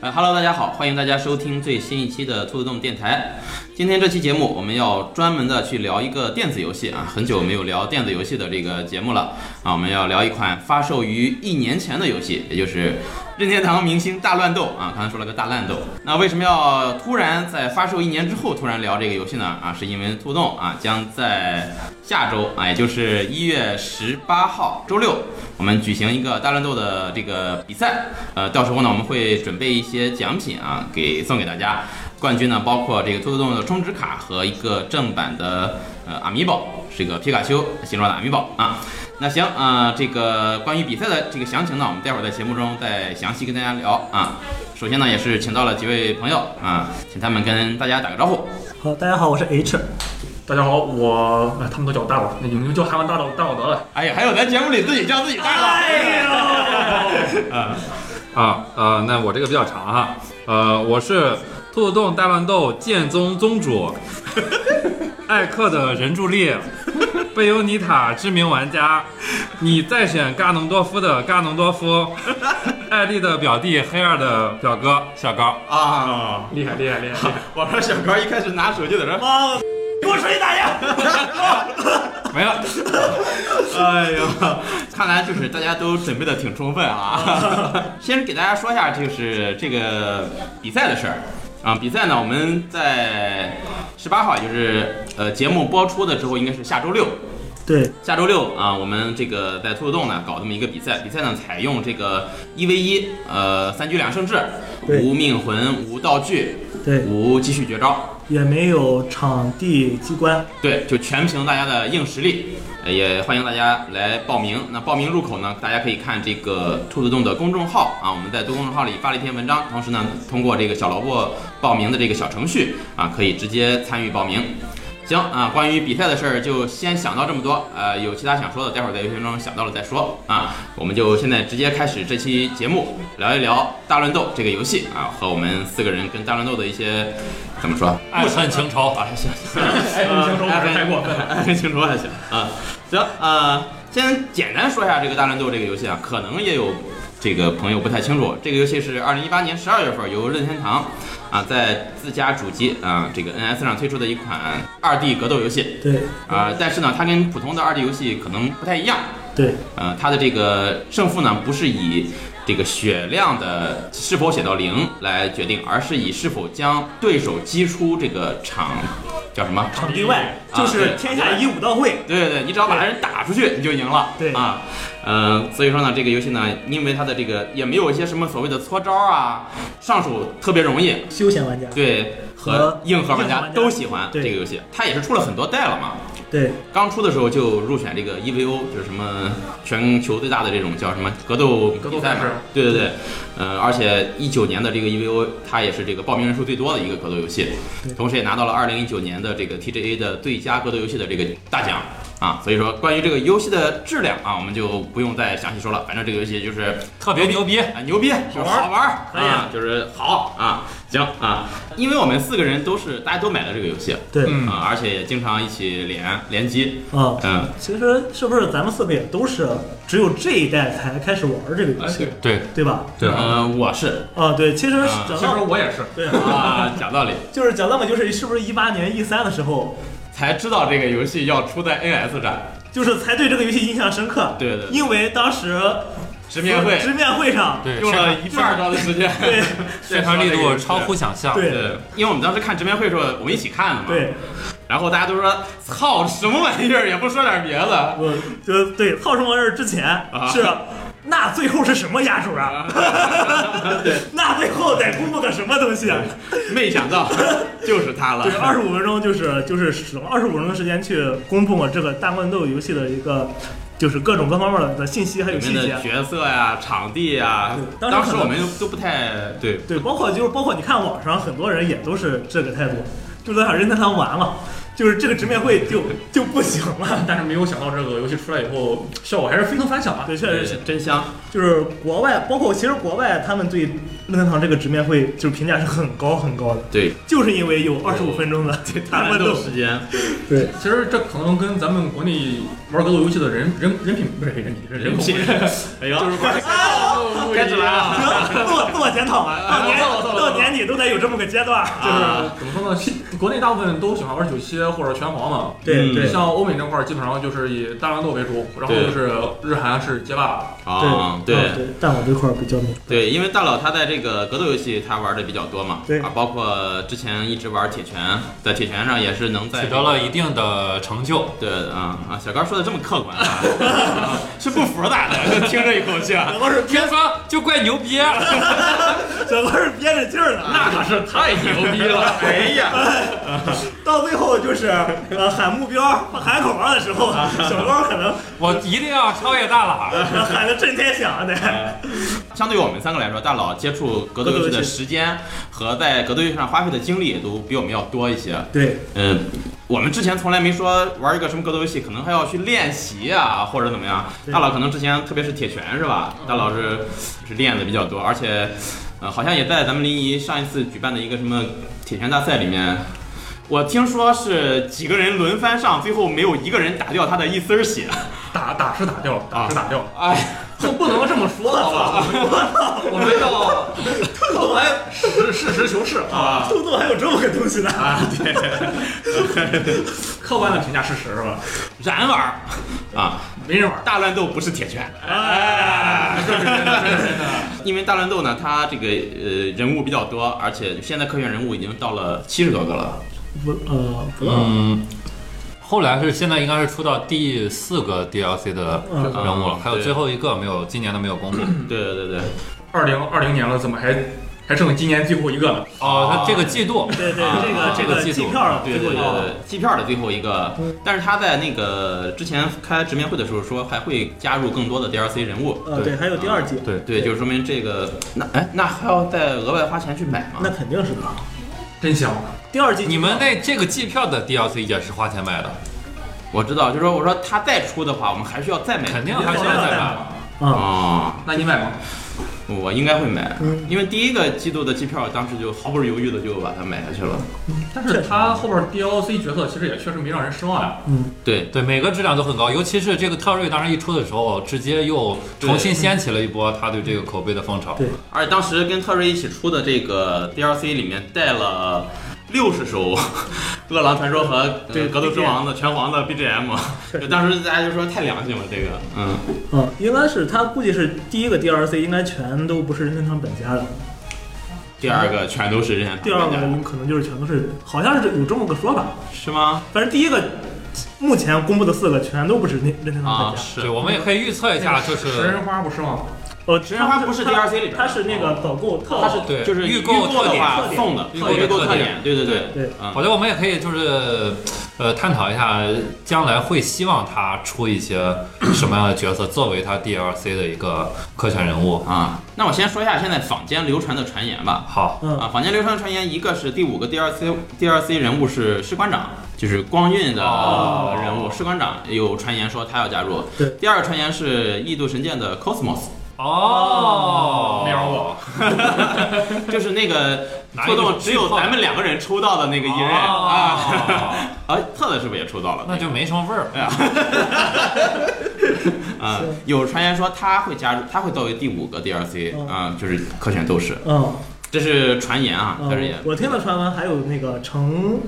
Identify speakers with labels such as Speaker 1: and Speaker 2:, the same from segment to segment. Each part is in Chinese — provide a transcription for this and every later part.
Speaker 1: 呃哈喽，大家好，欢迎大家收听最新一期的兔子洞电台。今天这期节目，我们要专门的去聊一个电子游戏啊，很久没有聊电子游戏的这个节目了啊，我们要聊一款发售于一年前的游戏，也就是任天堂明星大乱斗啊。刚才说了个大乱斗，那为什么要突然在发售一年之后突然聊这个游戏呢？啊，是因为兔洞啊将在下周啊，也就是一月十八号周六，我们举行一个大乱斗的这个比赛。呃，到时候呢，我们会准备一些奖品啊，给送给大家。冠军呢，包括这个兔兔洞的充值卡和一个正版的呃阿米宝，是个皮卡丘形状的阿米宝啊。那行啊、呃这个关于比赛的这个详情呢，我们待会儿在节目中再详细跟大家聊啊。首先呢，也是请到了几位朋友啊，请他们跟大家打个招呼。
Speaker 2: 好，大家好，我是 H。
Speaker 3: 大家好，我哎，他们都叫我大佬，那你们就喊我大佬大佬得了。
Speaker 1: 哎呀，还有咱节目里自己叫自己大佬。哎
Speaker 4: 啊，呃，那我这个比较长哈，呃，我是兔子洞大乱斗剑宗宗主，艾克的人助力，贝尤尼塔知名玩家，你再选嘎农多夫的嘎农多夫，艾丽的表弟黑二的表哥小高，
Speaker 1: 啊，
Speaker 3: 厉害厉害厉害！厉害
Speaker 1: 我说小高一开始拿手机在这儿，
Speaker 2: 妈，给我出去打呀！
Speaker 4: 没了。
Speaker 1: 哎呀，看来就是大家都准备的挺充分啊。 先给大家说一下，就是这个比赛的事儿啊。比赛呢，我们在十八号，也就是呃节目播出的之后，应该是下周六。
Speaker 2: 对，
Speaker 1: 下周六啊，我们这个在兔子洞呢搞这么一个比赛，比赛呢采用这个一 v 一，呃，三局两胜制，
Speaker 2: 对
Speaker 1: 无命魂，无道具，
Speaker 2: 对
Speaker 1: 无继续绝招，
Speaker 2: 也没有场地机关，
Speaker 1: 对，就全凭大家的硬实力，呃也欢迎大家来报名。那报名入口呢，大家可以看这个兔子洞的公众号啊，我们在公众号里发了一篇文章，同时呢，通过这个小萝卜报名的这个小程序啊，可以直接参与报名。行啊，关于比赛的事儿就先想到这么多，呃，有其他想说的，待会儿在游戏中想到了再说啊。我们就现在直接开始这期节目，聊一聊大乱斗这个游戏啊，和我们四个人跟大乱斗的一些怎么说哦
Speaker 4: 爱恨情仇啊，行，
Speaker 1: 呃
Speaker 3: 哎，你先说，我是太过分了。
Speaker 1: 了，太清楚了，行啊，行呃，先简单说一下这个大乱斗这个游戏啊，可能也有这个朋友不太清楚，这个游戏是二零一八年十二月份由任天堂啊在自家主机啊这个 NS 上推出的一款二 D 格斗游戏
Speaker 2: 对
Speaker 1: 啊，但是呢，它跟普通的二 D 游戏可能不太一样，
Speaker 2: 对
Speaker 1: 呃，它的这个胜负呢，不是以这个血量的是否写到零来决定，而是以是否将对手击出这个场叫什么？
Speaker 2: 场地外
Speaker 1: 啊
Speaker 2: 就是
Speaker 1: 对
Speaker 2: 天下一武道会，
Speaker 1: 对对对，你只要把人打出去，你就赢了。
Speaker 2: 对
Speaker 1: 啊，呃，所以说呢，这个游戏呢，因为它的这个也没有一些什么所谓的搓招啊，上手特别容易，
Speaker 2: 休闲玩家。
Speaker 1: 对和
Speaker 2: 和
Speaker 1: 硬核玩
Speaker 2: 硬核
Speaker 1: 家
Speaker 2: 玩家
Speaker 1: 都喜欢这
Speaker 2: 对
Speaker 1: 个游戏。它也是出了很多代了嘛，
Speaker 2: 对
Speaker 1: 刚出的时候就入选这个 EVO，就是什么全球最大的这种叫什么格斗
Speaker 3: 格斗
Speaker 1: 比赛嘛
Speaker 3: 赛事。
Speaker 1: 对对对，呃，而且一九年的这个 EVO，它也是这个报名人数最多的一个格斗游戏
Speaker 2: 对，
Speaker 1: 同时也拿到了二零一九年的这个 TGA 的最佳格斗游戏的这个大奖啊。所以说，关于这个游戏的质量啊，我们就不用再详细说了，反正这个游戏就是
Speaker 4: 特别牛逼。
Speaker 1: 啊，牛逼，就是
Speaker 3: 玩儿
Speaker 1: 好玩儿，
Speaker 3: 可以
Speaker 1: 啊，就是好啊，行啊，因为我们四个人都是大家都买了这个游戏
Speaker 2: 对
Speaker 3: 嗯
Speaker 1: 啊，而且也经常一起联联机，
Speaker 2: 啊，
Speaker 1: 嗯。
Speaker 2: 其实是不是咱们四个也都是只有这一代才开始玩这个游
Speaker 3: 哎，
Speaker 2: 戏
Speaker 3: 对，，
Speaker 4: 对
Speaker 2: 对吧？
Speaker 4: 对吧？
Speaker 1: 呃，我是
Speaker 2: 啊，对，其实
Speaker 1: 啊
Speaker 2: 讲
Speaker 3: 其实
Speaker 2: 到
Speaker 3: 我也是，
Speaker 2: 对，
Speaker 1: 啊，讲道理，
Speaker 2: 就是讲到嘛，就是是不是一八年、一三的时候，
Speaker 1: 才知道这个游戏要出在 NS 上，
Speaker 2: 就是才对这个游戏印象深刻。
Speaker 1: 对对对
Speaker 2: 因为当时
Speaker 1: 直面会
Speaker 2: 直面会上，
Speaker 4: 对，
Speaker 1: 用
Speaker 4: 宣
Speaker 1: 了
Speaker 4: 传
Speaker 1: 一半招的时间，
Speaker 2: 对
Speaker 4: 宣传力度超乎想象。
Speaker 2: 对
Speaker 1: 对，因为我们当时看直面会的时候，我们一起看的嘛，
Speaker 2: 对，
Speaker 1: 然后大家都说操什么玩意儿，也不说点别的，
Speaker 2: 我就对《操什么玩意儿》之前
Speaker 1: 啊
Speaker 2: 是，那最后是什么压轴啊？
Speaker 1: 啊 对，
Speaker 2: 那最后得公布个什么东西？
Speaker 1: 没想到就是它了
Speaker 2: 对，，二十五分钟就是就是什么二十五分钟的时间去公布我这个大乱斗游戏的一个就是各种各方面的信息还有
Speaker 1: 里
Speaker 2: 细
Speaker 1: 面
Speaker 2: 节啊
Speaker 1: 的。角色呀、场地呀，
Speaker 2: 对
Speaker 1: 当
Speaker 2: 当时
Speaker 1: 时
Speaker 2: 可能
Speaker 1: 我们都不太对，
Speaker 2: 对，包括就是包括你看网上很多人也都是这个态度，就是想任天堂玩了，就是这个直面会就就不行了。
Speaker 3: 但是没有想到这个游戏出来以后，效果还是非同凡响啊。
Speaker 2: 对，确实
Speaker 1: 对
Speaker 2: 是，
Speaker 1: 呃真香，
Speaker 2: 就是国外，包括其实国外他们对任天堂这个直面会就是评价是很高很高的，
Speaker 1: 对，
Speaker 2: 就是因为有二十五分钟的 大乱
Speaker 1: 斗
Speaker 2: 斗。
Speaker 1: 时间，
Speaker 2: 对，
Speaker 3: 其实这可能跟咱们国内玩格斗游戏的人人人品不是人品人人口
Speaker 1: 人品，哎呀
Speaker 3: 就是玩
Speaker 1: 开始了啊！
Speaker 2: 行，自我自我检讨完，到年到年底都得有这么个阶段，
Speaker 3: 就是怎么说呢？其国内大部分都喜欢玩九七或者拳皇嘛。
Speaker 1: 对对
Speaker 3: 像欧美这块儿基本上就是以大乱斗为主，然后就是日韩是街霸。
Speaker 1: 啊，对
Speaker 2: 哦对，但我这块儿比较敏感。
Speaker 1: 对，因为大佬他在这个格斗游戏他玩的比较多嘛，
Speaker 2: 对
Speaker 1: 啊，包括之前一直玩铁拳，在铁拳上也是能在
Speaker 4: 取得了一定的成就。
Speaker 1: 对啊啊，小高说的这么客 观啊，啊是不服打的，听着一口气啊。
Speaker 2: 小高是
Speaker 4: 天生就怪牛逼，啊
Speaker 2: 小高是憋着劲儿呢，
Speaker 3: 那可是太牛逼了！
Speaker 1: 哎呀，
Speaker 2: 到最后就是呃喊目标、喊口号的时候，小高可能
Speaker 4: 我一定要超越大佬。
Speaker 2: 呃喊的震天响的。
Speaker 1: 相对于我们三个来说，大佬接触格斗游戏的时间和在格斗游戏上花费的精力也都比我们要多一些。
Speaker 2: 对，
Speaker 1: 嗯，我们之前从来没说玩一个什么格斗游戏，可能还要去练习啊，或者怎么样。
Speaker 2: 对
Speaker 1: 大佬可能之前特别是铁拳是吧？
Speaker 3: 嗯
Speaker 1: 大佬是是练的比较多，而且呃，好像也在咱们临沂上一次举办的一个什么铁拳大赛里面。我听说是几个人轮番上，最后没有一个人打掉他的一丝儿 血。
Speaker 3: 打打是打掉，打是打掉，
Speaker 1: 哎，
Speaker 3: 这不能这么说好吧？我 们要
Speaker 2: 兔还
Speaker 3: 实实事求是啊，
Speaker 2: 兔兔还有这么个东西呢。
Speaker 3: 客观的评价事实是吧？
Speaker 1: 燃玩儿啊，
Speaker 3: 没人玩。
Speaker 1: 大乱斗不是铁拳。啊
Speaker 3: 哎，这是真的，这是真的。
Speaker 1: 因为大乱斗呢，它这个呃人物比较多，而且现在科学人物已经到了七十多个了。
Speaker 2: 不呃不
Speaker 4: 嗯，后来是现在应该是出到第四个 DLC 的
Speaker 2: 嗯
Speaker 4: 人物了，还有
Speaker 1: 对嗯
Speaker 4: 最后一个没有，今年都没有公布。
Speaker 1: 对对对对，
Speaker 3: 二零二零年了，怎么还还剩今年最后一个呢？
Speaker 4: 哦，他这个季度
Speaker 2: 对对，
Speaker 1: 啊
Speaker 2: 这个
Speaker 1: 啊
Speaker 2: 这
Speaker 4: 这
Speaker 2: 个
Speaker 4: 个技术
Speaker 2: 机票了，
Speaker 1: 对对对
Speaker 2: 这个哦
Speaker 1: 对，机票的最后一个，但是他在那个之前开直面会的时候说还会加入更多的 DLC 人物，
Speaker 2: 呃对，还有第二季，
Speaker 4: 对
Speaker 1: 对，就说明这个那哎那还要再额外花钱去买吗
Speaker 2: 那？肯定是的。
Speaker 3: 真香！啊
Speaker 2: 第二季
Speaker 4: 你们那这个季票的 DLC 也是花钱买的，
Speaker 1: 我知道，就说我说他再出的话，我们还需要再买。
Speaker 4: 肯定还是要再买。
Speaker 2: 啊，
Speaker 1: 哦，
Speaker 3: 那你买吗？
Speaker 1: 我应该会买
Speaker 2: 嗯，
Speaker 1: 因为第一个季度的机票当时就毫不犹豫的就把它买下去了。
Speaker 3: 但是他后边 DLC 角色其实也确实没让人失望啊呀。
Speaker 2: 嗯，
Speaker 1: 对，
Speaker 4: 对，每个质量都很高，尤其是这个特瑞当时一出的时候，直接又重新掀起了一波他对这个口碑的风潮。
Speaker 2: 对
Speaker 1: 而且当时跟特瑞一起出的这个 DLC 里面带了六十首《饿狼传说》和呃
Speaker 2: 对
Speaker 1: 《格斗之王》的拳皇的 BGM，就当时大家就说太良心了，这个，嗯，
Speaker 2: 嗯，应该是他估计是第一个 DLC，应该全都不是任天堂本家的，
Speaker 1: 第二个全都是任天
Speaker 2: 第二
Speaker 1: 堂
Speaker 2: 个
Speaker 1: 玩家，
Speaker 2: 可能就是全都是，好像是有这么个说法，
Speaker 1: 是吗？
Speaker 2: 反正第一个目前公布的四个全都不是任任天堂
Speaker 1: 啊，
Speaker 2: 本家。
Speaker 1: 是
Speaker 4: 对，。我们也可以预测一下，就
Speaker 3: 食
Speaker 4: 是
Speaker 3: 人花不失望。
Speaker 2: 哦，
Speaker 1: 食人花不是 DLC 里边哦
Speaker 2: 它是那个导购特，
Speaker 1: 它是
Speaker 4: 对
Speaker 1: 就是
Speaker 4: 预
Speaker 1: 购
Speaker 4: 购
Speaker 1: 的
Speaker 2: 特
Speaker 1: 话
Speaker 2: 点
Speaker 1: 送的，
Speaker 4: 预
Speaker 1: 送
Speaker 4: 购的
Speaker 1: 购
Speaker 4: 特
Speaker 1: 特
Speaker 4: 点
Speaker 1: 点，对对对
Speaker 2: 对，
Speaker 1: 嗯
Speaker 4: 我觉得我们也可以就是，呃，探讨一下将来会希望他出一些什么样的角色作为他 DLC 的一个科选人物。
Speaker 1: 啊。那我先说一下现在坊间流传的传言吧，
Speaker 4: 好，
Speaker 2: 嗯
Speaker 1: 啊，坊间流传传言，一个是第五个 DLC DLC 人物是士官长，就是光晕的
Speaker 4: 哦
Speaker 1: 人物，士官长有传言说他要加入。
Speaker 2: 对
Speaker 1: 第二个传言是异度神剑的 Cosmos，
Speaker 4: 哦，
Speaker 3: 没玩过。
Speaker 1: 就是那个
Speaker 4: 哪一
Speaker 1: 抽
Speaker 4: 个
Speaker 1: 动只有咱们两个人抽到的那个一任啊
Speaker 4: 哦，
Speaker 1: 啊，特的是不是也抽到了？
Speaker 4: 那就没什么味儿。
Speaker 1: 啊，有传言说他会加入，他会作为第五个 DLC
Speaker 4: 哦
Speaker 2: 嗯
Speaker 1: 啊，就是可选斗士，
Speaker 2: 嗯，
Speaker 1: 这是传言啊，
Speaker 4: 哦
Speaker 1: 但是也
Speaker 2: 嗯我听了传闻还有那个程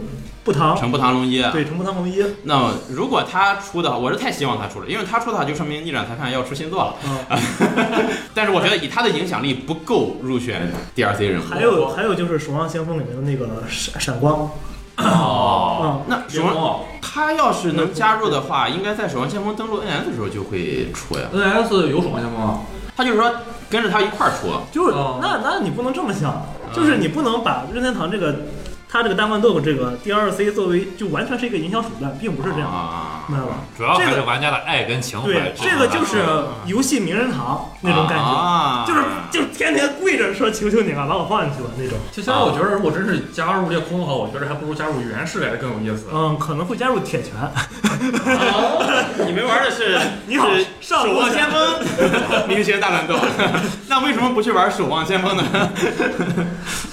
Speaker 2: 步堂，
Speaker 1: 成不堂龙一啊。
Speaker 2: 对，程步堂红一，
Speaker 1: 那么如果他出的话，我是太希望他出了，因为他出的话就说明逆转裁判要出新作了。
Speaker 2: 嗯，
Speaker 1: 但是我觉得以他的影响力不够入选 DLC 人物。
Speaker 2: 还有还有就是《守望先锋》里面的那个闪闪光，
Speaker 3: 哦，
Speaker 2: 嗯，
Speaker 1: 那守望，
Speaker 3: 联盟
Speaker 1: 他要是能加入的话，应该在守望先锋登陆 NS 的时候就会出呀。
Speaker 3: NS 有守望先锋吗？
Speaker 1: 他就是说跟着他一块儿出。
Speaker 2: 就是
Speaker 3: 哦
Speaker 2: 那那你不能这么想，
Speaker 1: 嗯
Speaker 2: 就是你不能把任天堂这个它这个大乱斗这个 DLC 作为就完全是一个营销手段，并不是这样，
Speaker 1: 啊，
Speaker 2: 明白吧？
Speaker 4: 主要还
Speaker 2: 这
Speaker 4: 是
Speaker 2: 个
Speaker 4: 玩家的爱跟情怀。
Speaker 2: 对，这个就是游戏名人堂那种感觉，
Speaker 1: 嗯啊、
Speaker 2: 就是就是天天跪着说求求你了，把我放进去吧那种。
Speaker 3: 其
Speaker 4: 啊
Speaker 3: 实我觉得，如果真是加入夜空的话，我觉得还不如加入原始来的更有意思。
Speaker 2: 嗯，可能会加入铁拳，
Speaker 1: 你们玩的是
Speaker 2: 你好
Speaker 1: 是
Speaker 2: 上路
Speaker 1: 守望先锋 明星大乱斗，那为什么不去玩守望先锋呢？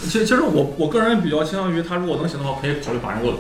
Speaker 3: 其实，其实我我个人比较倾向于，他如果能行的话，可以考虑把那个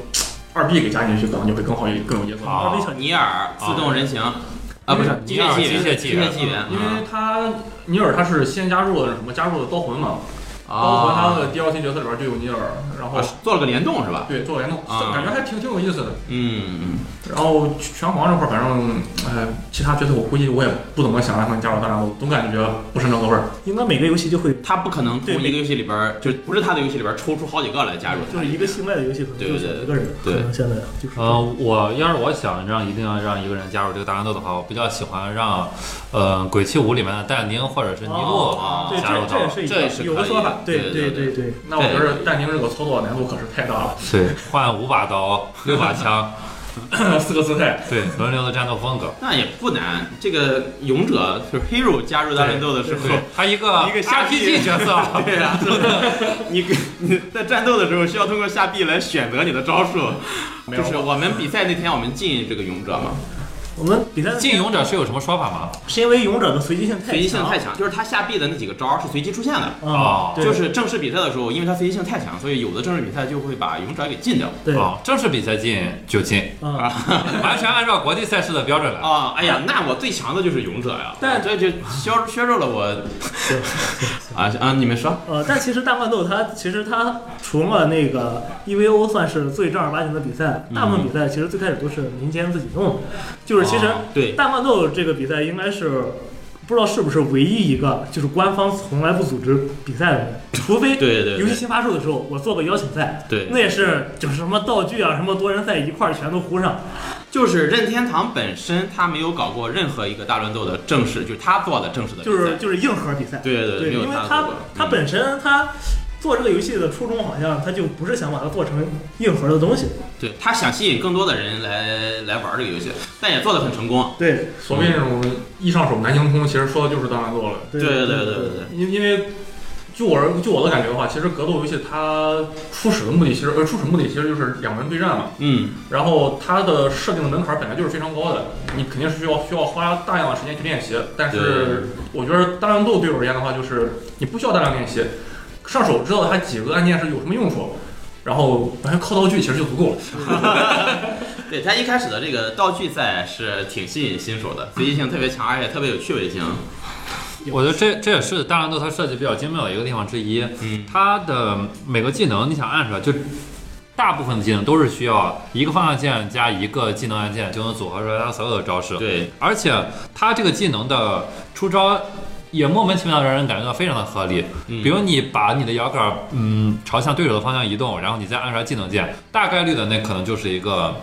Speaker 3: 二 B 给加进去，可能就会更好一更有意思。
Speaker 4: 啊
Speaker 2: 二比小尼
Speaker 1: 尼尔自动人形，啊，不是
Speaker 4: 尼尔
Speaker 1: 纪元
Speaker 4: 机械纪
Speaker 1: 机啊
Speaker 4: 元
Speaker 1: 械纪元，
Speaker 3: 因为他尼尔他是先加入了什么？加入了刀魂嘛，刀魂他的 DLC 角色里边就有尼尔，然后
Speaker 1: 啊做了个联动是吧？
Speaker 3: 对做联动，
Speaker 1: 啊
Speaker 3: 感觉还挺挺有意思的。
Speaker 1: 嗯，
Speaker 3: 然后拳皇这块儿，反正哎，其他角色我估计我也不怎么想让他们加入大战斗，总感觉不是那个味儿。
Speaker 2: 应该每个游戏就会，
Speaker 1: 他不可能从
Speaker 2: 对
Speaker 1: 一个游戏里边儿，就不是他的游戏里边儿抽出好几个来加入
Speaker 2: 就是一个新外的游戏可能就选一个人，
Speaker 1: 对对对哦
Speaker 2: 可能现在就是
Speaker 4: 呃，我要是我想让一定要让一个人加入这个大乱斗的话，我比较喜欢让，呃，《鬼泣五》里面的但丁或者是尼洛
Speaker 1: 哦
Speaker 2: 对，
Speaker 4: 加入
Speaker 2: 这
Speaker 4: 到
Speaker 2: 这也是一
Speaker 1: 这也
Speaker 2: 个
Speaker 1: 是
Speaker 2: 有
Speaker 1: 可
Speaker 2: 个
Speaker 1: 以
Speaker 2: 说法
Speaker 1: 的，
Speaker 2: 对
Speaker 1: 对对
Speaker 2: 对对，
Speaker 3: 那我觉得但丁这个操作难度可是太大了，
Speaker 4: 对，换五把刀、六 把枪，
Speaker 3: 四个姿态，
Speaker 4: 对，轮流的战斗风格。
Speaker 1: 那也不难。这个勇者就是 hero 加入大乱斗的时候，
Speaker 4: 对，他一个
Speaker 1: 一个下地
Speaker 4: RPG 角 色，啊
Speaker 1: 对
Speaker 2: 啊
Speaker 1: 啊呀、 你跟你在战斗的时候需要通过下臂来选择你的招数。
Speaker 3: 没 有
Speaker 1: 就是我们比赛那天我们进这个勇者嘛，
Speaker 2: 我们比赛
Speaker 4: 进勇者是有什么说法吗？
Speaker 2: 是因为勇者的随机性太强，
Speaker 1: 随机性太强，就是他下臂的那几个招儿是随机出现的。
Speaker 2: 啊
Speaker 4: 哦，
Speaker 2: 对
Speaker 1: 就是正式比赛的时候，因为他随机性太强，所以有的正式比赛就会把勇者给禁掉。
Speaker 2: 对
Speaker 4: 哦，正式比赛进就进，
Speaker 2: 啊，
Speaker 4: 完全按照国际赛事的标准来。
Speaker 1: 啊、哎呀，那我最强的就是勇者呀，
Speaker 2: 但
Speaker 1: 这就削削弱了我
Speaker 2: 行行行
Speaker 1: 啊啊！你们说，
Speaker 2: 呃，但其实大乱斗它其实它除了那个 EVO 算是最正儿八经的比赛，
Speaker 1: 嗯
Speaker 2: 大部分比赛其实最开始都是民间自己弄的，就是其实
Speaker 4: 哦
Speaker 1: 对
Speaker 2: 大乱斗这个比赛应该是。不知道是不是唯一一个就是官方从来不组织比赛的，除非
Speaker 1: 对对对
Speaker 2: 游戏新发售的时候我做个邀请赛，
Speaker 1: 对
Speaker 2: 那也是就是什么道具啊，什么多人赛一块儿全都糊上，
Speaker 1: 就是任天堂本身他没有搞过任何一个大乱斗的正式，就是他做的正式的比赛，
Speaker 2: 就是就是硬核比赛。
Speaker 1: 对对
Speaker 2: 对，
Speaker 1: 没有
Speaker 2: 因为
Speaker 1: 他
Speaker 2: 他
Speaker 1: 做过
Speaker 2: 他
Speaker 1: 嗯
Speaker 2: 本身他做这个游戏的初衷好像他就不是想把它做成硬核的东西，
Speaker 1: 对他想吸引更多的人来来玩这个游戏，但也做得很成功。啊
Speaker 2: 对
Speaker 3: 所谓那种一上手难行通，其实说的就是大乱斗了。
Speaker 1: 对对对对
Speaker 2: 对
Speaker 1: 对，
Speaker 3: 因因为就我而就我的感觉的话，其实格斗游戏它初始的目的其实呃初始目的其实就是两人对战嘛，
Speaker 1: 嗯，
Speaker 3: 然后它的设定的门槛本来就是非常高的，你肯定是需要需要花大量的时间去练习。但是我觉得大乱斗对我而言的话，就是你不需要大量练习，上手知道它几个按键是有什么用处，然后完全靠道具其实就足够了。
Speaker 1: 对他一开始的这个道具赛是挺吸引新手的，随机性特别强，而且特别有趣味性。
Speaker 4: 我觉得这这也是大乱斗它设计比较精妙的一个地方之一。
Speaker 1: 嗯，
Speaker 4: 它的每个技能你想按出来，就大部分的技能都是需要一个方向键加一个技能按键就能组合出来它所有的招式。
Speaker 1: 对，
Speaker 4: 而且它这个技能的出招也莫名其妙地让人感觉到非常的合理。
Speaker 1: 嗯
Speaker 4: 比如你把你的摇杆嗯朝向对手的方向移动，然后你再按出来技能键，大概率的那可能就是一个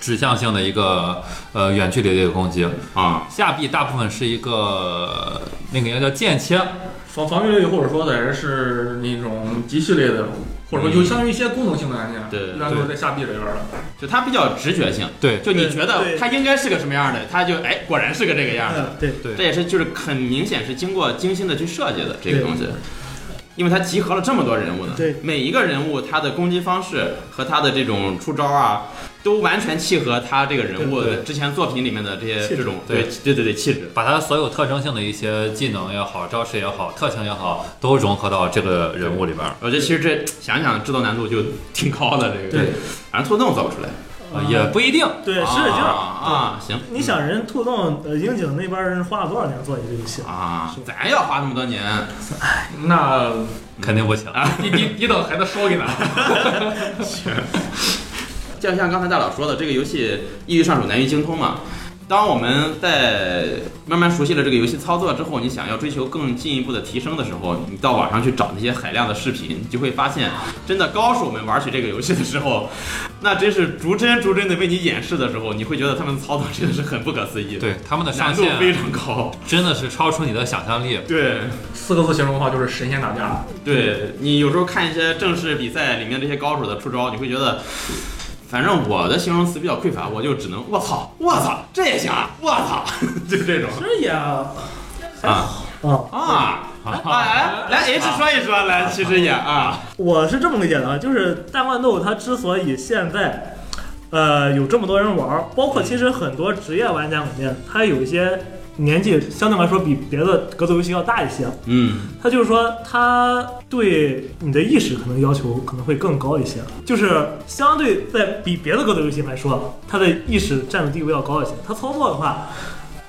Speaker 4: 指向性的一个呃远距离的一个攻击。
Speaker 1: 啊，
Speaker 4: 下臂大部分是一个那个应该叫剑切，
Speaker 3: 防防御类或者说的是那种机器类的，或者说就相当于一些功能性的按键，
Speaker 1: 对
Speaker 3: 大乱斗在下臂这边的。
Speaker 1: 就他比较直觉性，
Speaker 4: 对
Speaker 1: 就你觉得
Speaker 2: 对
Speaker 1: 他应该是个什么样的，他就哎，果然是个这个样的。
Speaker 2: 嗯对
Speaker 4: 对
Speaker 1: 这也是就是很明显是经过精心的去设计的这个东西，因为它集合了这么多人物呢，
Speaker 2: 对
Speaker 1: 每一个人物他的攻击方式和他的这种出招啊，都完全契合他这个人物
Speaker 4: 对
Speaker 1: 之前作品里面的这些
Speaker 2: 气质
Speaker 1: 这种
Speaker 4: 对
Speaker 1: 对对对对气质，
Speaker 4: 把他所有特征性的一些技能也好、招式也好、特性也好，都融合到这个人物里边儿，
Speaker 1: 我觉得其实这想想制作难度就挺高的这个，
Speaker 2: 对，
Speaker 1: 反正兔洞做不出来，
Speaker 4: 呃也不一定。
Speaker 2: 对是这
Speaker 1: 啊
Speaker 2: 样。
Speaker 1: 啊，行，
Speaker 2: 你想人兔洞呃樱井那边人花了多少年做一个游戏？
Speaker 1: 啊
Speaker 2: 是，
Speaker 1: 咱要花那么多年，
Speaker 3: 那
Speaker 4: 肯定不行。
Speaker 1: 啊
Speaker 3: 你你你等孩子说给咱。
Speaker 1: 就像刚才大佬说的，这个游戏易于上手，难于精通嘛。当我们在慢慢熟悉了这个游戏操作之后，你想要追求更进一步的提升的时候，你到网上去找那些海量的视频，你就会发现，真的高手们玩起这个游戏的时候，那真是逐帧逐帧的为你演示的时候，你会觉得他们的操作真的是很不可思议，，
Speaker 4: 对他们的上啊
Speaker 1: 难度
Speaker 4: 限
Speaker 1: 非常高。
Speaker 4: 真的是超出你的想象力。
Speaker 1: 对，
Speaker 3: 四个字形容的话就是神仙打架。
Speaker 1: 对你有时候看一些正式比赛里面这些高手的出招，你会觉得，反正我的形容词比较匮乏，我就只能我操，我操，这也行啊，我操， 就这种
Speaker 2: 其实也啊
Speaker 1: 啊
Speaker 2: 啊，
Speaker 1: 啊。啊，来来，H 说一说，来，其实也啊，
Speaker 2: 我是这么理解的啊，就是大乱斗它之所以现在。呃，有这么多人玩儿，包括其实很多职业玩家里面，他有一些年纪相对来说比别的格斗游戏要大一些，啊
Speaker 1: 嗯，
Speaker 2: 他就是说，他对你的意识可能要求可能会更高一些，就是相对在比别的格斗游戏来说，他的意识占有地位要高一些。他操作的话，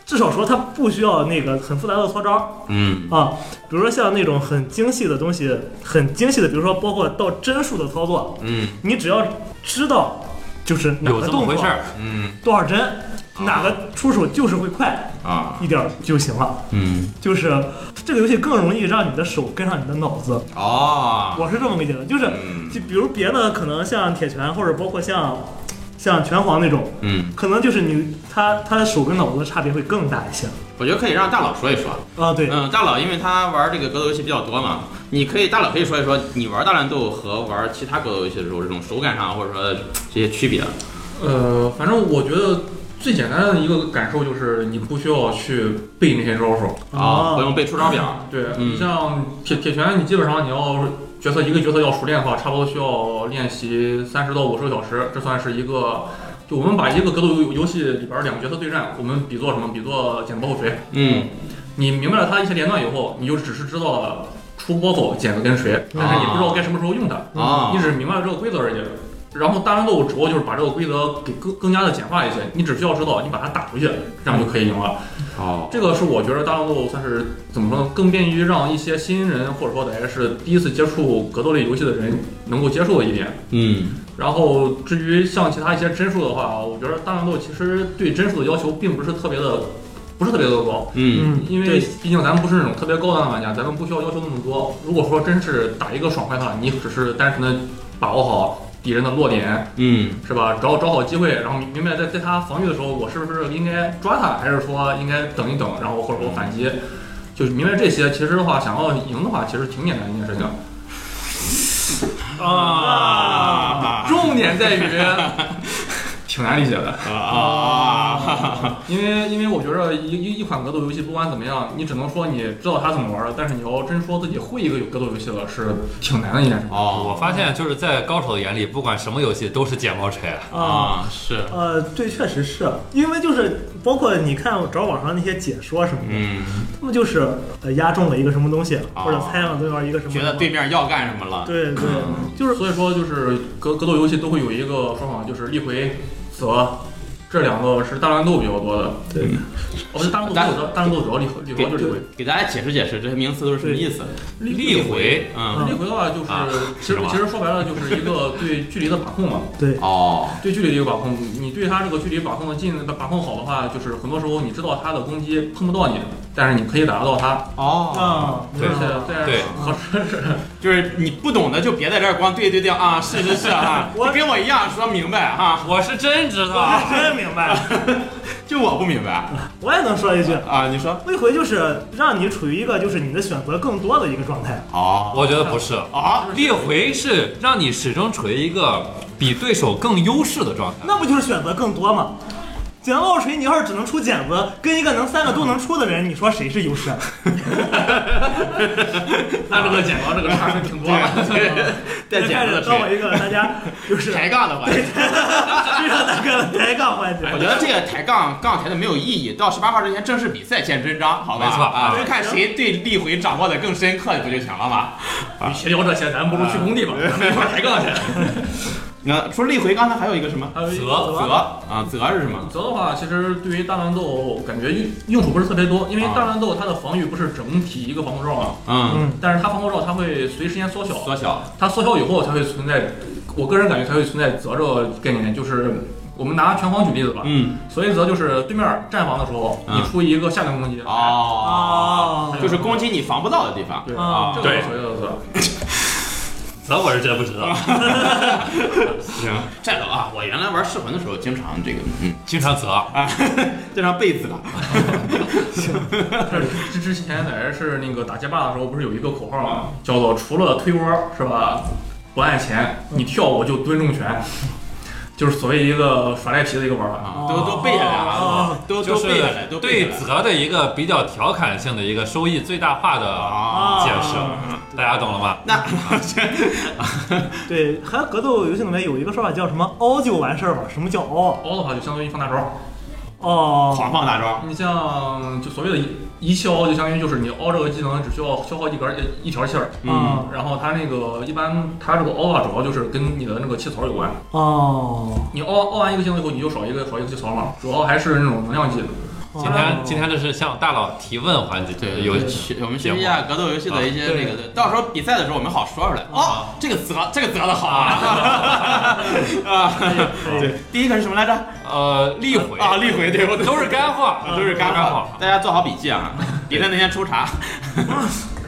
Speaker 2: 至少说它不需要那个很复杂的搓招
Speaker 1: 嗯
Speaker 2: 啊。比如说像那种很精细的东西，很精细的，比如说包括到帧数的操作，
Speaker 1: 嗯
Speaker 2: 你只要知道就是哪
Speaker 4: 有
Speaker 2: 个
Speaker 4: 这么
Speaker 2: 动
Speaker 4: 回
Speaker 2: 作
Speaker 4: 事儿。
Speaker 1: 嗯
Speaker 2: 多少帧，哪个出手就是会快
Speaker 1: 啊
Speaker 2: 一点儿就行了。
Speaker 1: 嗯
Speaker 2: 就是这个游戏更容易让你的手跟上你的脑子，
Speaker 1: 哦
Speaker 2: 我是这么理解的。就是
Speaker 1: 嗯
Speaker 2: 就比如别的可能像铁拳或者包括像像拳皇那种，
Speaker 1: 嗯，
Speaker 2: 可能就是你他他手跟脑子的差别会更大一些。
Speaker 1: 我觉得可以让大佬说一说。
Speaker 2: 啊，对，
Speaker 1: 嗯，大佬因为他玩这个格斗游戏比较多嘛，你可以大佬可以说一说你玩大乱斗和玩其他格斗游戏的时候这种手感上或者说这些区别。
Speaker 3: 呃，反正我觉得最简单的一个感受就是，你不需要去背那些招数。
Speaker 1: 啊，不用背出招表。
Speaker 3: 对
Speaker 1: 嗯
Speaker 3: 你像铁铁拳，你基本上你要角色一个角色要熟练的话，差不多需要练习三十到五十个小时，这算是一个。就我们把一个格斗游游戏里边儿两个角色对战，我们比作什么？比作剪子和锤。
Speaker 1: 嗯，
Speaker 3: 你明白了它一些连段以后，你就只是知道了出包走、剪子跟锤，但是你不知道该什么时候用它。
Speaker 1: 啊
Speaker 3: 你，只是明白了这个规则而已。然后大乱斗只不过就是把这个规则给更更加的简化一些，你只需要知道你把它打出去，这样就可以赢了。
Speaker 1: 哦，
Speaker 3: 这个是我觉得大乱斗算是怎么说呢，更便于让一些新人或者说来是第一次接触格斗类游戏的人能够接受的一点。
Speaker 1: 嗯，
Speaker 3: 然后至于像其他一些帧数的话，我觉得大乱斗其实对帧数的要求并不是特别的，不是特别的高。
Speaker 1: 嗯，
Speaker 2: 嗯，
Speaker 3: 因为
Speaker 2: 对
Speaker 3: 毕竟咱们不是那种特别高端的玩家，咱们不需要要求那么多。如果说真是打一个爽快的话，你只是单纯的把握好敌人的弱点，
Speaker 1: 嗯，
Speaker 3: 是吧？找找好机会，然后明明白在在他防御的时候，我是不是应该抓他，还是说应该等一等，然后或者说反击？就是明白这些，其实的话，想要赢的话，其实挺简单的一件事情。
Speaker 1: 啊
Speaker 3: 重点在于，挺难理解的。
Speaker 1: 啊啊，
Speaker 3: 因为因为我觉着一一一款格斗游戏不管怎么样，你只能说你知道它怎么玩了，但是你要真说自己会一个格斗游戏了，是挺难的一件事。
Speaker 1: 哦
Speaker 4: 我发现就是在高手眼里，不管什么游戏都是剪毛锤。
Speaker 2: 啊。
Speaker 1: 啊，是，
Speaker 2: 呃，对，确实是因为就是包括你看我找网上那些解说什么的，
Speaker 1: 嗯，
Speaker 2: 他们就是呃压中了一个什么东西，
Speaker 1: 啊
Speaker 2: 或者猜了对方一个什么，
Speaker 1: 觉得对嗯面要干什么了。
Speaker 2: 对对，
Speaker 3: 就是所以说，就是格格斗游戏都会有一个说法，就是一回则。这两个是大乱斗比较多的，
Speaker 2: 对
Speaker 3: 嗯，我觉得大乱斗主要大乱斗主要立回立
Speaker 1: 给
Speaker 3: 回就是立回，
Speaker 1: 给大家解释解释这些名词都是什么意思。
Speaker 4: 立回，
Speaker 1: 嗯，
Speaker 3: 立回的话就是
Speaker 4: 啊，
Speaker 3: 其实
Speaker 4: 是吧
Speaker 3: 其实说白了就是一个对距离的把控嘛，
Speaker 1: 哦，
Speaker 3: 对距离的一个把控，你对它这个距离把控的近把控好的话，就是很多时候你知道它的攻击碰不到你，但是你可以打得到它，
Speaker 1: 哦，
Speaker 2: 啊，
Speaker 4: 对
Speaker 3: 而
Speaker 2: 明白了
Speaker 3: 且
Speaker 4: 对
Speaker 3: 在合适是
Speaker 1: 就是你不懂的就别在这儿光对对对啊，是是是 啊，
Speaker 2: 我
Speaker 1: 你跟我一样说明白啊，
Speaker 4: 我是真知
Speaker 2: 我
Speaker 4: 道，
Speaker 2: 还啊真明白了，
Speaker 1: 就我不明白
Speaker 2: 我也能说一句，
Speaker 1: 啊，你说
Speaker 2: 那回就是让你处于一个就是你的选择更多的一个状态。
Speaker 1: 哦
Speaker 4: 我觉得不是。
Speaker 1: 啊，
Speaker 4: 立回是让你始终处于一个比对手更优势的状态。
Speaker 2: 那不就是选择更多吗？剪刀石锤，你要是只能出剪子，跟一个能三个都能出的人，你说谁是优势？啊
Speaker 3: 那这个剪刀这个差是挺多的。
Speaker 1: 带剪子的
Speaker 2: 当我
Speaker 1: 锤，
Speaker 2: 一个大家 就是
Speaker 1: 抬杠的吧。
Speaker 2: 非常大哥的抬杠环节。
Speaker 1: 我觉得这个抬杠杠抬的没有意义，到十八号之前正式比赛见真章，好吧？
Speaker 4: 没错
Speaker 1: 啊，
Speaker 4: 啊
Speaker 1: 就看谁对力回掌握的更深刻不就行了吗？
Speaker 3: 与其聊这些，咱不如去工地吧，咱们一块儿抬杠去。
Speaker 1: 那除了力回，刚才还有一个什么？
Speaker 3: 还有一个
Speaker 4: 则
Speaker 1: 泽啊，泽是什么？
Speaker 3: 则呃的话，其实对于大乱斗感觉用用处不是特别多，因为
Speaker 1: 啊
Speaker 3: 大乱斗它的防御不是整体一个防护罩嘛，
Speaker 1: 嗯，
Speaker 2: 嗯，
Speaker 3: 但是它防护罩它会随时间缩小，
Speaker 1: 缩小。
Speaker 3: 它缩小以后才会存在，我个人感觉才会存在则这个概念，就是我们拿拳皇举例子吧，
Speaker 1: 嗯，
Speaker 3: 所以则就是对面站防的时候，
Speaker 1: 嗯
Speaker 3: 你出一个下降攻击，
Speaker 1: 哦，
Speaker 2: 哦，
Speaker 1: 就是攻击你防不到的地方。哦
Speaker 3: 对，嗯
Speaker 2: 啊
Speaker 3: 这个是所谓的则。
Speaker 4: 咱我是真不知道，
Speaker 1: 行，这个啊，我原来玩噬魂的时候，经常这个，嗯，
Speaker 4: 经常责。
Speaker 1: 经常被子啊了。
Speaker 3: 之之前在是那个打街霸的时候，不是有一个口号吗？叫做“除了推窝是吧，不按钱，你跳我就蹲重拳”，就是所谓一个耍赖皮的一个玩法。
Speaker 1: 啊，都都背下来了
Speaker 2: 哦，
Speaker 1: 都
Speaker 4: 就
Speaker 1: 都背下来，
Speaker 4: 是
Speaker 1: 都背下
Speaker 4: 对
Speaker 1: 来。
Speaker 4: 责的一个比较调侃性的一个收益最大化的
Speaker 1: 啊，
Speaker 2: 啊
Speaker 4: 解释，大家懂了吗？
Speaker 1: 那
Speaker 2: 对，还有格斗游戏里面有一个说法叫什么“凹就完事儿吧”，什么叫凹？
Speaker 3: 凹的话就相当于放大招，
Speaker 2: 哦，
Speaker 1: 狂放大招。
Speaker 3: 你像就所谓的一一气凹，就相当于就是你凹这个技能只需要消耗一根一条气儿，
Speaker 1: 嗯
Speaker 2: 啊
Speaker 3: 然后它那个一般它这个凹啊主要就是跟你的那个气槽有关，
Speaker 2: 哦，
Speaker 3: 你凹凹完一个技能以后你就少一个少一个气槽嘛，主要还是那种能量技。
Speaker 4: 今天今天这是向大佬提问环节，
Speaker 1: 对，
Speaker 4: 有
Speaker 1: 有去我们学一下格斗游戏的一些
Speaker 2: 啊
Speaker 1: 那
Speaker 2: 对
Speaker 1: 个的，到时候比赛的时候我们好说出来。哦，这个词这个词的好啊！ 啊，
Speaker 2: 可以，
Speaker 1: 第一个是什么来着？
Speaker 4: 呃例回
Speaker 1: 啊，立回，对，我
Speaker 4: 都是干话，
Speaker 1: 都是干
Speaker 4: 干
Speaker 1: 货，大家做好笔记啊！比赛那天抽查，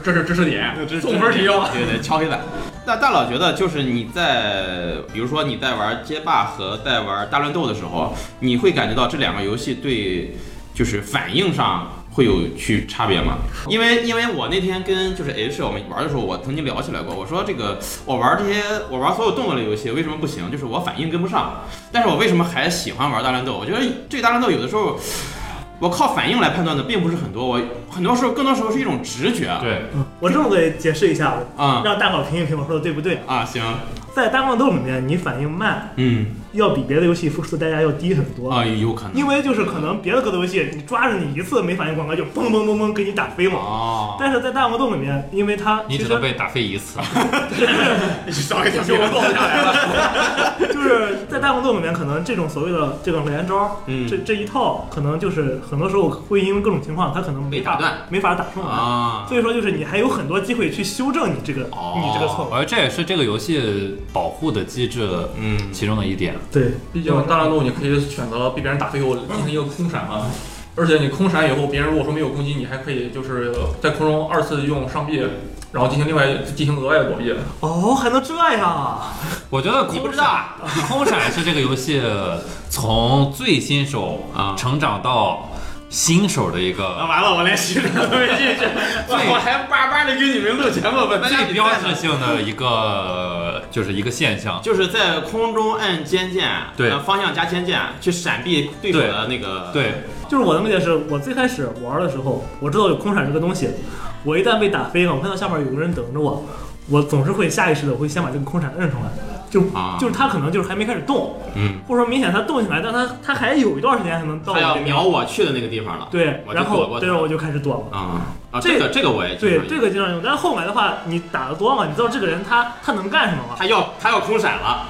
Speaker 3: 这是知识点
Speaker 1: 这是，
Speaker 3: 送分题哦。
Speaker 1: 对对，敲黑板。那大佬觉得，就是你在，比如说你在玩街霸和在玩大乱斗的时候，你会感觉到这两个游戏对，就是反应上会有去差别吗？因为因为我那天跟就是 H 我们玩的时候，我曾经聊起来过，我说这个我玩这些我玩所有动作类游戏为什么不行？就是我反应跟不上，但是我为什么还喜欢玩大乱斗？我觉得这个大乱斗有的时候。我靠反应来判断的并不是很多，我很多时候更多时候是一种直觉。
Speaker 4: 对，
Speaker 2: 嗯我这么给解释一下吧，
Speaker 1: 啊、
Speaker 2: 让大伙儿评一评我说的对不对。
Speaker 1: 啊，行，
Speaker 2: 在大乱斗里面，你反应慢，
Speaker 1: 嗯，
Speaker 2: 要比别的游戏付出的代价要低很多。
Speaker 1: 啊，有可能，
Speaker 2: 因为就是可能别的格斗游戏，你抓着你一次没反应，广告就嘣嘣嘣嘣给你打飞了。
Speaker 1: 哦，
Speaker 2: 但是在大魔洞里面，因为它
Speaker 4: 你
Speaker 2: 其
Speaker 4: 只
Speaker 2: 实
Speaker 4: 能被打飞一次，
Speaker 1: 少一
Speaker 3: 就我报下来了，
Speaker 2: 就是在大魔洞里面，可能这种所谓的这种连招，
Speaker 1: 嗯
Speaker 2: 这这一套可能就是很多时候会因为各种情况，它可能没
Speaker 1: 被打
Speaker 2: 法
Speaker 1: 断
Speaker 2: 没法打中。
Speaker 1: 啊，
Speaker 2: 所以说就是你还有很多机会去修正你这个、
Speaker 1: 哦
Speaker 2: 你这个错误。
Speaker 4: 而这也是这个游戏保护的机制
Speaker 1: 嗯，
Speaker 4: 其中的一点。
Speaker 2: 对，
Speaker 3: 毕竟大乱斗你可以选择被别人打飞以后进行一个空闪嘛，而且你空闪以后，别人如果说没有攻击，你还可以就是在空中二次用上臂，然后进行另外进行额外的躲避。
Speaker 2: 哦，还能这样啊？
Speaker 4: 我觉得
Speaker 1: 你不
Speaker 4: 空
Speaker 1: 知道
Speaker 4: 闪，
Speaker 1: 啊，
Speaker 4: 空闪是这个游戏从最新手
Speaker 1: 啊
Speaker 4: 成长到新手的一个
Speaker 1: 完了，我连洗手都没进去，我还巴巴的跟你们录节目，本
Speaker 4: 最标志性的一个就是一个现象。
Speaker 1: 就是在空中按肩键，
Speaker 4: 对
Speaker 1: 呃方向加肩键去闪避对手的那个，
Speaker 4: 对，
Speaker 2: 就是我的理解是，我最开始玩的时候，我知道有空闪这个东西，我一旦被打飞了，我看到下面有个人等着我，我总是会下意识的会先把这个空闪摁上来，就、
Speaker 1: 啊
Speaker 2: 就是他可能就是还没开始动，
Speaker 1: 嗯，
Speaker 2: 或者说明显他动起来，但他他还有一段时间才能到我
Speaker 1: 他要
Speaker 2: 这边
Speaker 1: 瞄我去的那个地方了，
Speaker 2: 对，
Speaker 1: 我就
Speaker 2: 然
Speaker 1: 躲
Speaker 2: 后
Speaker 1: 过
Speaker 2: 对，
Speaker 1: 去了
Speaker 2: 我就开始躲了。
Speaker 1: 啊啊，
Speaker 2: 这
Speaker 1: 这个这个我也经常
Speaker 2: 对，
Speaker 1: 用
Speaker 2: 这个经常用，但是后来的话，你打的多了，你知道这个人他他能干什么吗？
Speaker 1: 他要他要空闪 了，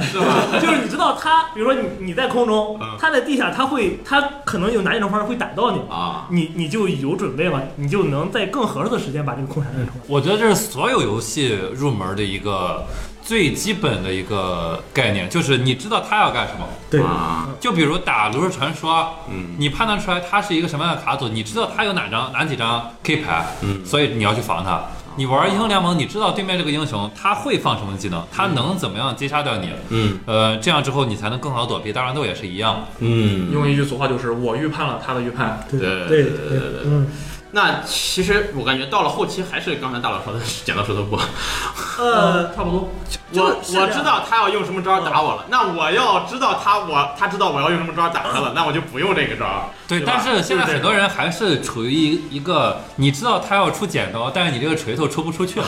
Speaker 1: 是吧？
Speaker 2: 就是你知道他，比如说你你在空中
Speaker 1: 嗯，
Speaker 2: 他在地下，他会他可能有哪几种方式会打到你，
Speaker 1: 啊，
Speaker 2: 你你就有准备了，你就能在更合适的时间把这个空闪摁出来。
Speaker 4: 我觉得这是所有游戏入门的一个最基本的一个概念，就是你知道他要干什么。
Speaker 2: 对
Speaker 1: 啊，
Speaker 4: 就比如打《炉石传说》，
Speaker 1: 嗯
Speaker 4: 你判断出来它是一个什么样的卡组，你知道它有哪张哪几张 K 牌，
Speaker 1: 嗯
Speaker 4: 所以你要去防它。你玩英雄联盟，你知道对面这个英雄他会放什么技能，他能怎么样击杀掉你，
Speaker 1: 嗯
Speaker 4: 呃，这样之后你才能更好地躲避。大乱斗也是一样，
Speaker 1: 嗯，
Speaker 3: 用一句俗话就是我预判了他的预判，
Speaker 2: 对
Speaker 1: 对
Speaker 2: 对
Speaker 1: 对对对
Speaker 2: 嗯，
Speaker 1: 那其实我感觉到了后期还是刚才大佬说的是剪刀石头布，
Speaker 2: 呃，
Speaker 3: 差不多。
Speaker 1: 我
Speaker 2: 就是
Speaker 1: 我知道他要用什么招打我了，那我要知道他我他知道我要用什么招打他了，那我就不用这个招。
Speaker 4: 对。
Speaker 1: 对吧
Speaker 4: 但是现在
Speaker 1: 对对
Speaker 4: 很多人还是处于一一个，你知道他要出剪刀，但是你这个锤头出不出去。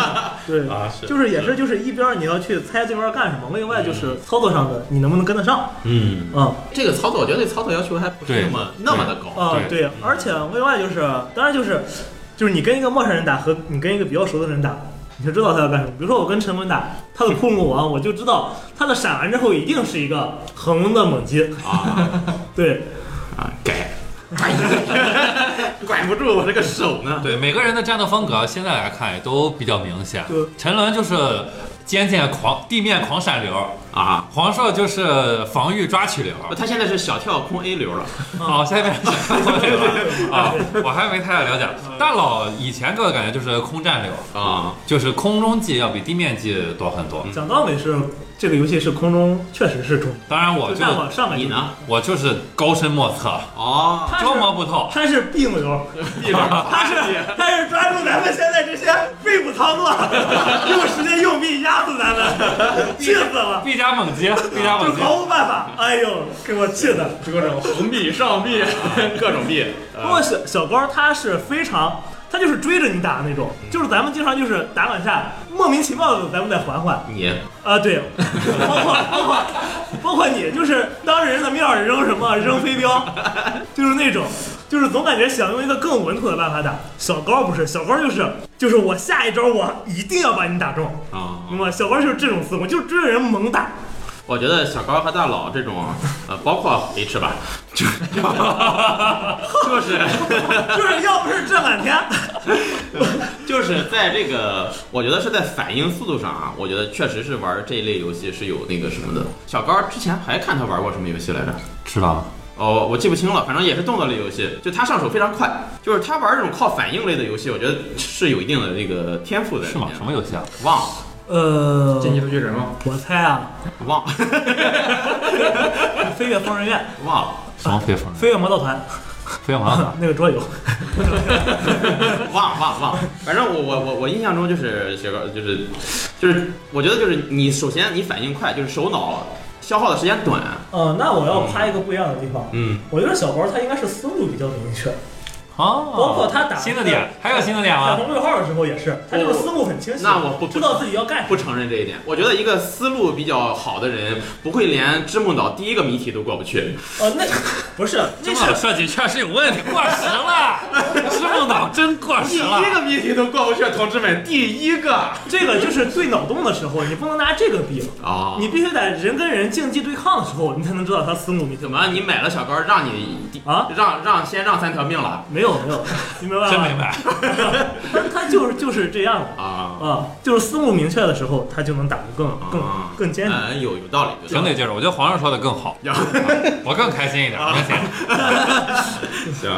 Speaker 2: 对，
Speaker 1: 啊是
Speaker 2: 就是也是就是一边儿你要去猜对方干什么，另外就是操作上的你能不能跟得上
Speaker 1: 嗯，
Speaker 2: 啊。
Speaker 1: 这个操作我觉得对操作要求还不是
Speaker 4: 对
Speaker 1: 那么那么的高。
Speaker 2: 啊，
Speaker 4: 对
Speaker 2: 对，而且另外就是，当然就是，就是你跟一个陌生人打和你跟一个比较熟的人打，你就知道他要干什么。比如说我跟陈文打，他的库姆王，我就知道他的闪完之后一定是一个横的猛击。
Speaker 1: 啊
Speaker 2: 对，
Speaker 1: 啊，改， 管不住我这个手呢。
Speaker 4: 对每个人的战斗风格，现在来看也都比较明显
Speaker 2: 对。
Speaker 4: 陈伦就是尖剑狂地面狂闪流，
Speaker 1: 啊，
Speaker 4: 黄硕就是防御抓取流。
Speaker 1: 他现在是小跳空 A 流了。
Speaker 4: 好，下面是空流啊，我还没太了解。大佬以前给我的感觉就是空战流，
Speaker 1: 啊，
Speaker 4: 就是空中技要比地面技多很多。
Speaker 2: 讲到尾是这个游戏是空中确实是重点，
Speaker 4: 当然，我
Speaker 2: 就
Speaker 4: 就
Speaker 2: 战我上来
Speaker 1: 你
Speaker 2: 就，
Speaker 1: 呢？
Speaker 4: 我就是高深莫测，
Speaker 1: 哦，
Speaker 2: 他
Speaker 4: 捉摸
Speaker 2: 是
Speaker 4: 不透。
Speaker 2: 他是并流，他是他是抓住咱们现在这些废物操作，用时间用命压死咱们，气死了，
Speaker 4: 必加猛击，必加
Speaker 2: 就
Speaker 4: 猛击。
Speaker 2: 毫无办法。哎呦，给我气的。
Speaker 3: 各种横臂、上臂，
Speaker 1: 各种币。
Speaker 2: 不过小小高他是非常，他就是追着你打的那种，就是咱们经常就是打两下，莫名其妙的咱们再缓缓
Speaker 1: 你
Speaker 2: 啊，对，包括包括包括你，就是当着人的面儿扔什么扔飞镖，就是那种，就是总感觉想用一个更稳妥的办法打。小高不是，小高就是就是我下一招我一定要把你打中，
Speaker 1: 啊
Speaker 2: 那么小高就是这种思维，就是追着人猛打。
Speaker 1: 我觉得小高和大佬这种，呃，包括 H 吧， 就就是
Speaker 2: 就是要不是这两天，
Speaker 1: 就是在这个，我觉得是在反应速度上啊，我觉得确实是玩这一类游戏是有那个什么的。小高之前还看他玩过什么游戏来着？
Speaker 4: 知道
Speaker 1: 哦，我记不清了，反正也是动作类游戏，就他上手非常快，就是他玩这种靠反应类的游戏，我觉得是有一定的这个天赋在里
Speaker 4: 是吗？
Speaker 1: 面
Speaker 4: 什。么游戏啊？
Speaker 1: 忘了，
Speaker 2: 呃，
Speaker 3: 进击的巨人吗？
Speaker 2: 我猜啊，
Speaker 1: 忘了，
Speaker 2: 飞跃疯人院、
Speaker 1: 忘了，
Speaker 4: 什么飞风人？
Speaker 2: 飞跃魔盗团
Speaker 4: 飞 黄啊？
Speaker 2: 那个桌游，
Speaker 1: 忘了，忘了，忘了。反正我我我我印象中就是雪糕，就是就是，我觉得就是你首先你反应快，就是手脑消耗的时间短，
Speaker 2: 呃，那我要夸一个不一样的地方，
Speaker 1: 嗯，
Speaker 2: 我觉得小包他应该是思路比较明确，包
Speaker 4: 包
Speaker 2: 括他打
Speaker 4: 哦新的点，还有新的点
Speaker 2: 打
Speaker 4: 吗？
Speaker 2: 红绿号的时候也是，他就是思路很清晰，
Speaker 1: 啊哦那我不
Speaker 2: 知道自己要干什么。
Speaker 1: 不承认这一点。我觉得一个思路比较好的人，不会连织梦岛第一个谜题都过不去。
Speaker 2: 呃， 那不是，
Speaker 4: 这
Speaker 2: 那
Speaker 4: 么
Speaker 2: 是
Speaker 4: 设计确实有问题，过时了，织梦岛真过
Speaker 1: 第
Speaker 4: 时了
Speaker 1: 一。个谜题都过不去，同志们，第一个啊、
Speaker 2: 这个就是最脑洞的时候，你不能拿这个比，
Speaker 1: 啊
Speaker 2: 你必须得人跟人竞技对抗的时候，你才能知道他思路。你
Speaker 1: 怎么？你买了小高，让你
Speaker 2: 啊？
Speaker 1: 让让先让三条命了
Speaker 2: 没有 没有，你明白吗？
Speaker 4: 真明白，
Speaker 2: 他他就是就是这样的
Speaker 1: 啊？
Speaker 2: 啊，就是思路明确的时候，他就能打得更更
Speaker 1: 啊
Speaker 2: 更艰难。
Speaker 1: 嗯，有有道理，有
Speaker 4: 挺
Speaker 1: 道理
Speaker 4: 得劲儿。我觉得皇上说的更好， 我更开心一点，明显。
Speaker 1: 行。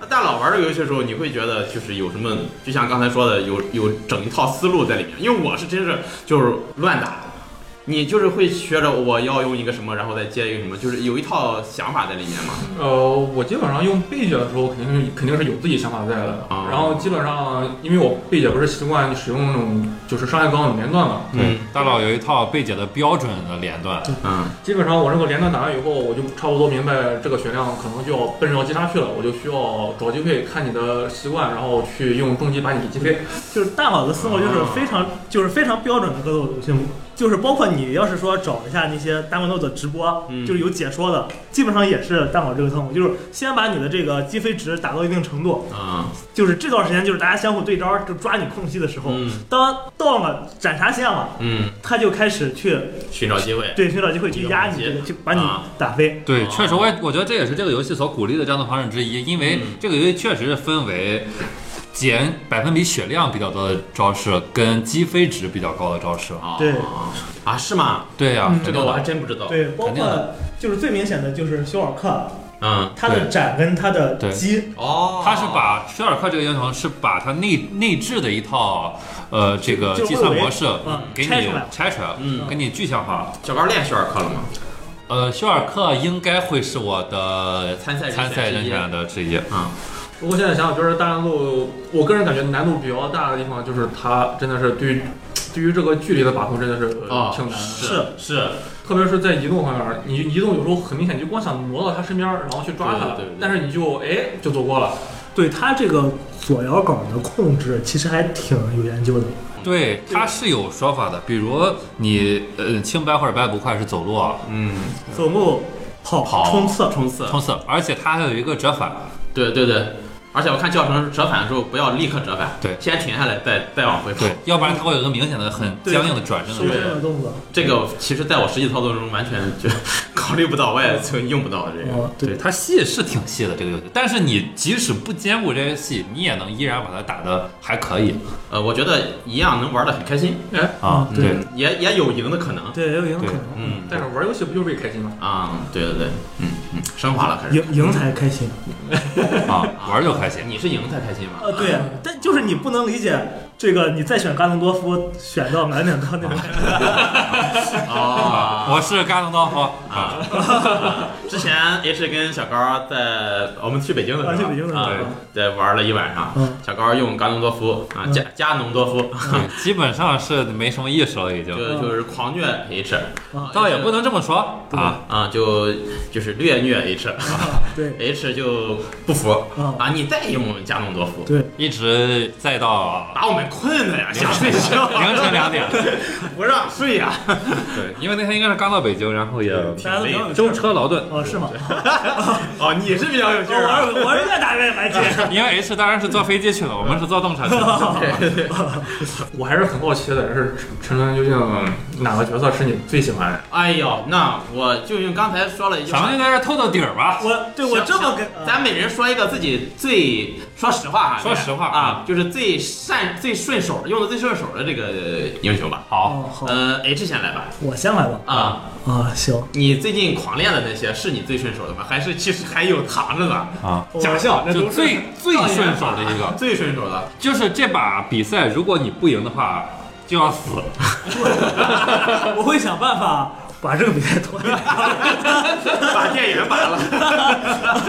Speaker 1: 那大佬玩这个游戏的时候，你会觉得就是有什么？就像刚才说的，有有整一套思路在里面。因为我是真是就是乱打，你就是会学着我要用一个什么，然后再接一个什么，就是有一套想法在里面嘛。
Speaker 3: 呃，我基本上用贝姐的时候，肯定是肯定是有自己想法在的。
Speaker 1: 啊
Speaker 3: 然后基本上，因为我贝姐不是习惯使用那种就是商业高能连段嘛，
Speaker 1: 嗯，
Speaker 4: 大佬有一套贝姐的标准的连段，
Speaker 1: 嗯
Speaker 3: 基本上我这个连段打完以后，我就差不多明白这个血量可能就要奔着要击杀去了，我就需要找机会看你的习惯，然后去用重击把你给击飞。
Speaker 2: 就是大佬的思路就是非常、就是非常标准的格斗游戏，就是包括你要是说找一下那些大魔斗的直播，
Speaker 1: 嗯
Speaker 2: 就是有解说的，基本上也是大佬这个套路，就是先把你的这个击飞值打到一定程度，
Speaker 1: 嗯
Speaker 2: 就是这段时间就是大家相互对招，就抓你空隙的时候，
Speaker 1: 嗯
Speaker 2: 当到了斩杀线了，
Speaker 1: 嗯，
Speaker 2: 他就开始去
Speaker 1: 寻找机会。
Speaker 2: 对寻找机会去压你，这个，就把你打飞。
Speaker 4: 对，
Speaker 1: 哦
Speaker 4: 确实，我也我觉得这也是这个游戏所鼓励的战斗方式之一，因为
Speaker 1: 嗯
Speaker 4: 这个游戏确实是分为减百分比血量比较多的招式跟击飞值比较高的招式。
Speaker 1: 啊
Speaker 2: 对
Speaker 1: 啊，是吗？
Speaker 4: 对呀、
Speaker 2: 嗯
Speaker 1: 这
Speaker 4: 肯定
Speaker 1: 个我
Speaker 4: 的
Speaker 1: 还真不知道。
Speaker 2: 对，包
Speaker 4: 肯定
Speaker 2: 括就是最明显的就是修尔克，
Speaker 1: 嗯，
Speaker 2: 他的斩跟他的
Speaker 4: 对
Speaker 2: 击，
Speaker 1: 哦，
Speaker 4: 他是把薛尔克这个英雄是把他内内置的一套呃这个
Speaker 2: 就
Speaker 4: 计算
Speaker 2: 二维
Speaker 4: 模式
Speaker 2: 嗯
Speaker 4: 给你
Speaker 2: 拆出来了
Speaker 4: 拆出来了，
Speaker 1: 嗯
Speaker 4: 给你具象化。
Speaker 1: 小高练学尔克了吗？
Speaker 4: 呃，肖尔克应该会是我的
Speaker 1: 参赛人选
Speaker 4: 参赛人选的之一。
Speaker 3: 不过现在想想，就是大乱斗，我个人感觉难度比较大的地方就是它真的是对于对于这个距离的把控真的是呃
Speaker 1: 啊
Speaker 3: 挺难的。
Speaker 2: 是
Speaker 1: 是，
Speaker 3: 特别是在移动方面，你移动有时候很明显，你就光想挪到他身边，然后去抓他
Speaker 1: 对对对，
Speaker 3: 但是你就哎就走过了。
Speaker 2: 对他这个左摇杆的控制其实还挺有研究的。
Speaker 4: 对，它是有说法的，比如你呃清白或者白不快是走路啊
Speaker 1: 嗯，
Speaker 2: 走路、跑、
Speaker 4: 跑
Speaker 2: 冲刺，
Speaker 1: 冲刺，
Speaker 4: 冲刺，而且它还有一个折返。
Speaker 1: 对对对。而且我看教程折返的时候，不要立刻折返，
Speaker 4: 对
Speaker 1: 先停下来，再再往回跑。
Speaker 4: 对，要不然它会有一个明显的很
Speaker 2: 嗯对
Speaker 4: 僵硬的转身
Speaker 2: 收
Speaker 4: 的
Speaker 2: 身
Speaker 4: 位置。
Speaker 2: 的动作。
Speaker 1: 这个其实在我实际操作中完全就考虑不到，我也
Speaker 2: 嗯
Speaker 1: 就用不到这个。
Speaker 2: 哦，
Speaker 4: 对，
Speaker 2: 对，
Speaker 4: 它细是挺细的这个游戏，但是你即使不兼顾这些细，你也能依然把它打的还可以
Speaker 1: 呃，我觉得一样能玩的很开心，
Speaker 3: 哎
Speaker 4: 啊。
Speaker 2: 嗯
Speaker 4: 对，
Speaker 1: 嗯，也也有赢的可能。
Speaker 2: 对，也有赢可能，
Speaker 1: 嗯，
Speaker 3: 但是玩游戏不就是为开心吗？
Speaker 1: 啊，对对对，嗯嗯，升华了开始。
Speaker 2: 赢赢才开心。
Speaker 4: 啊，玩儿就开心。
Speaker 1: 你是赢才开心吗？
Speaker 2: 呃，对，但就是你不能理解这个，你再选加农多夫，选到满脸刀那种。
Speaker 1: 哦，
Speaker 4: 我是甘农刀 夫啊，
Speaker 1: 之前 H 跟小高在我们去北京的时候，
Speaker 2: 啊去北京的时候
Speaker 1: 啊对，玩了一晚上。
Speaker 2: 嗯
Speaker 1: 小高用嘎农多夫啊，
Speaker 2: 嗯
Speaker 1: 加加农多夫，
Speaker 4: 对基本上是没什么意识了已经，
Speaker 1: 就就是狂虐 H，
Speaker 2: 啊
Speaker 4: 倒也不能这么说
Speaker 2: 不能
Speaker 4: 啊。
Speaker 1: 啊，就就是略虐 H，H
Speaker 2: 对，
Speaker 1: 就不服
Speaker 2: 啊，
Speaker 4: 嗯
Speaker 1: 啊，你再用加农多夫，
Speaker 2: 对，
Speaker 4: 一直再到
Speaker 1: 把我们困的呀，想
Speaker 4: 睡觉，凌晨两点。
Speaker 1: 不让睡呀。
Speaker 4: 对，因为那天应该是刚到北京，然后也
Speaker 2: 大家都比较有趣
Speaker 4: 舟
Speaker 2: 儿。
Speaker 4: 车劳顿。
Speaker 2: 哦，是吗？
Speaker 1: 哦，你是比较有
Speaker 2: 哦
Speaker 1: 劲儿啊。
Speaker 2: 我是我是越打越来劲。
Speaker 4: 因为 H 当然是坐飞机去了，我们是坐动车去的。
Speaker 3: 我还是很好奇的，是陈伦究竟哪个角色是你最喜欢的？
Speaker 1: 哎呦，那我就用刚才说了一句
Speaker 4: 咱
Speaker 1: 话
Speaker 4: 们就，在这儿透透底儿吧。
Speaker 2: 我对我这么跟，
Speaker 1: 咱每人说一个自己最，说实话啊，
Speaker 4: 说实话
Speaker 1: 啊，就是最善、最顺手、用的最顺手的这个英雄吧。
Speaker 4: 好，
Speaker 2: 哦好，
Speaker 1: 呃，H 先来吧。
Speaker 2: 我先来吧。
Speaker 1: 啊，
Speaker 2: 啊， 行，
Speaker 1: 你最近狂练的那些是你最顺手的吗？还是其实还有藏着呢？
Speaker 4: 啊，
Speaker 1: 奖项那
Speaker 4: 就
Speaker 1: 都是
Speaker 4: 最最顺手的一 个，
Speaker 1: 最顺手的。
Speaker 4: 就是这把比赛，如果你不赢的话就要死。
Speaker 2: 我会想办法把这个比赛拖 延。
Speaker 1: 把电源拔了。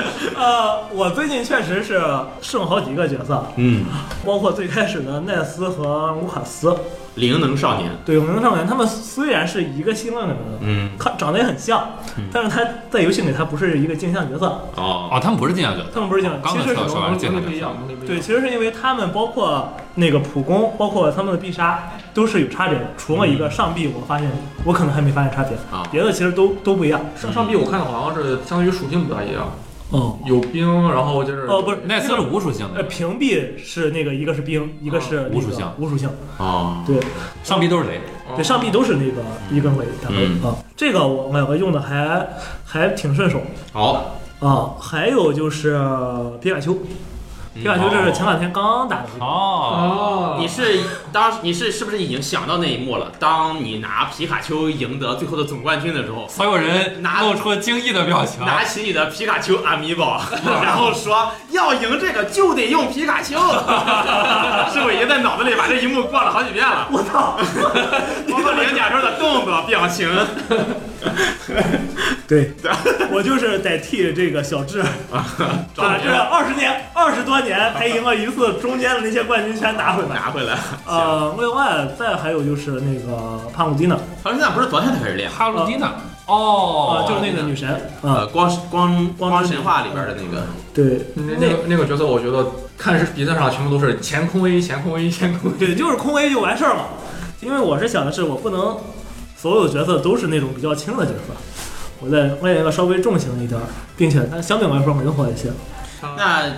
Speaker 2: 呃，我最近确实是剩好几个角色，
Speaker 1: 嗯，
Speaker 2: 包括最开始的奈斯和卢卡斯。
Speaker 1: 灵能少年。
Speaker 2: 对，永恒少年他们虽然是一个星的人，
Speaker 1: 嗯，
Speaker 2: 看长得也很像，
Speaker 4: 嗯
Speaker 2: 但是他在游戏里他不是一个镜像角色，
Speaker 1: 哦，
Speaker 4: 哦，他们不是竞相者，
Speaker 2: 他们不是镜像，
Speaker 4: 刚
Speaker 2: 其
Speaker 4: 才
Speaker 2: 实
Speaker 4: 说完竞
Speaker 3: 能力不一
Speaker 4: 相者。
Speaker 3: 样，能力不一样。
Speaker 2: 对，其实是因为他们包括那个普攻，包括他们的必杀都是有差别的，除了一
Speaker 4: 嗯
Speaker 2: 个上臂，我发现我可能还没发现差别，
Speaker 1: 啊
Speaker 2: 别的其实都都不一样。
Speaker 3: 上上臂我看的好像是相当于属性不大一样，
Speaker 2: 哦
Speaker 3: 有兵，然后就是
Speaker 2: 哦，不是，
Speaker 4: 那次是无属性
Speaker 2: 呃，
Speaker 4: 的，
Speaker 2: 屏蔽是那个一个是冰，一个是、那个
Speaker 4: 啊无属性
Speaker 2: 无属性。
Speaker 1: 哦，
Speaker 2: 对
Speaker 4: 上臂都是雷。
Speaker 3: 哦
Speaker 2: 对，上臂都是那个一根雷打
Speaker 1: 嗯
Speaker 2: 啊。这个我我两个用的还还挺顺手
Speaker 1: 好，
Speaker 2: 啊。还有就是呃皮卡丘，皮卡丘这是前两天刚打的一个。
Speaker 4: 哦，
Speaker 3: 哦，
Speaker 1: 嗯你是当你是是不是已经想到那一幕了？当你拿皮卡丘赢得最后的总冠军的时候，
Speaker 4: 所有人
Speaker 1: 拿
Speaker 4: 露出惊异的表情。
Speaker 1: 拿起你的皮卡丘阿米宝， 然后说要赢这个就得用皮卡丘， 是我已经在脑子里把这一幕过了好几遍了，
Speaker 2: 我操！
Speaker 1: 包括领奖时候的动作、表情。
Speaker 2: 对，我就是得替这个小智，把
Speaker 1: 啊
Speaker 2: 这二十年、二十多年才赢了一次，中间的那些冠军全拿回来。
Speaker 1: 拿回来。
Speaker 2: 呃，另外再还有就是那个帕姆蒂娜，
Speaker 1: 好像那不是昨天才开始练吗？
Speaker 4: 哈鲁蒂娜。哦
Speaker 2: 啊，，就是那个女神啊，
Speaker 1: 呃，光光
Speaker 2: 光
Speaker 1: 光
Speaker 2: 之
Speaker 1: 神话里边的那个，
Speaker 2: 对，
Speaker 3: 那那个那个角色，我觉得看是比赛上全部都是前空 A 前空 A 前空 A，
Speaker 2: 对，就是空 A 就完事儿了。因为我是想的是，我不能所有角色都是那种比较轻的角色，我再练一个稍微重型一点儿，并且它相对来说灵活一些。
Speaker 1: 那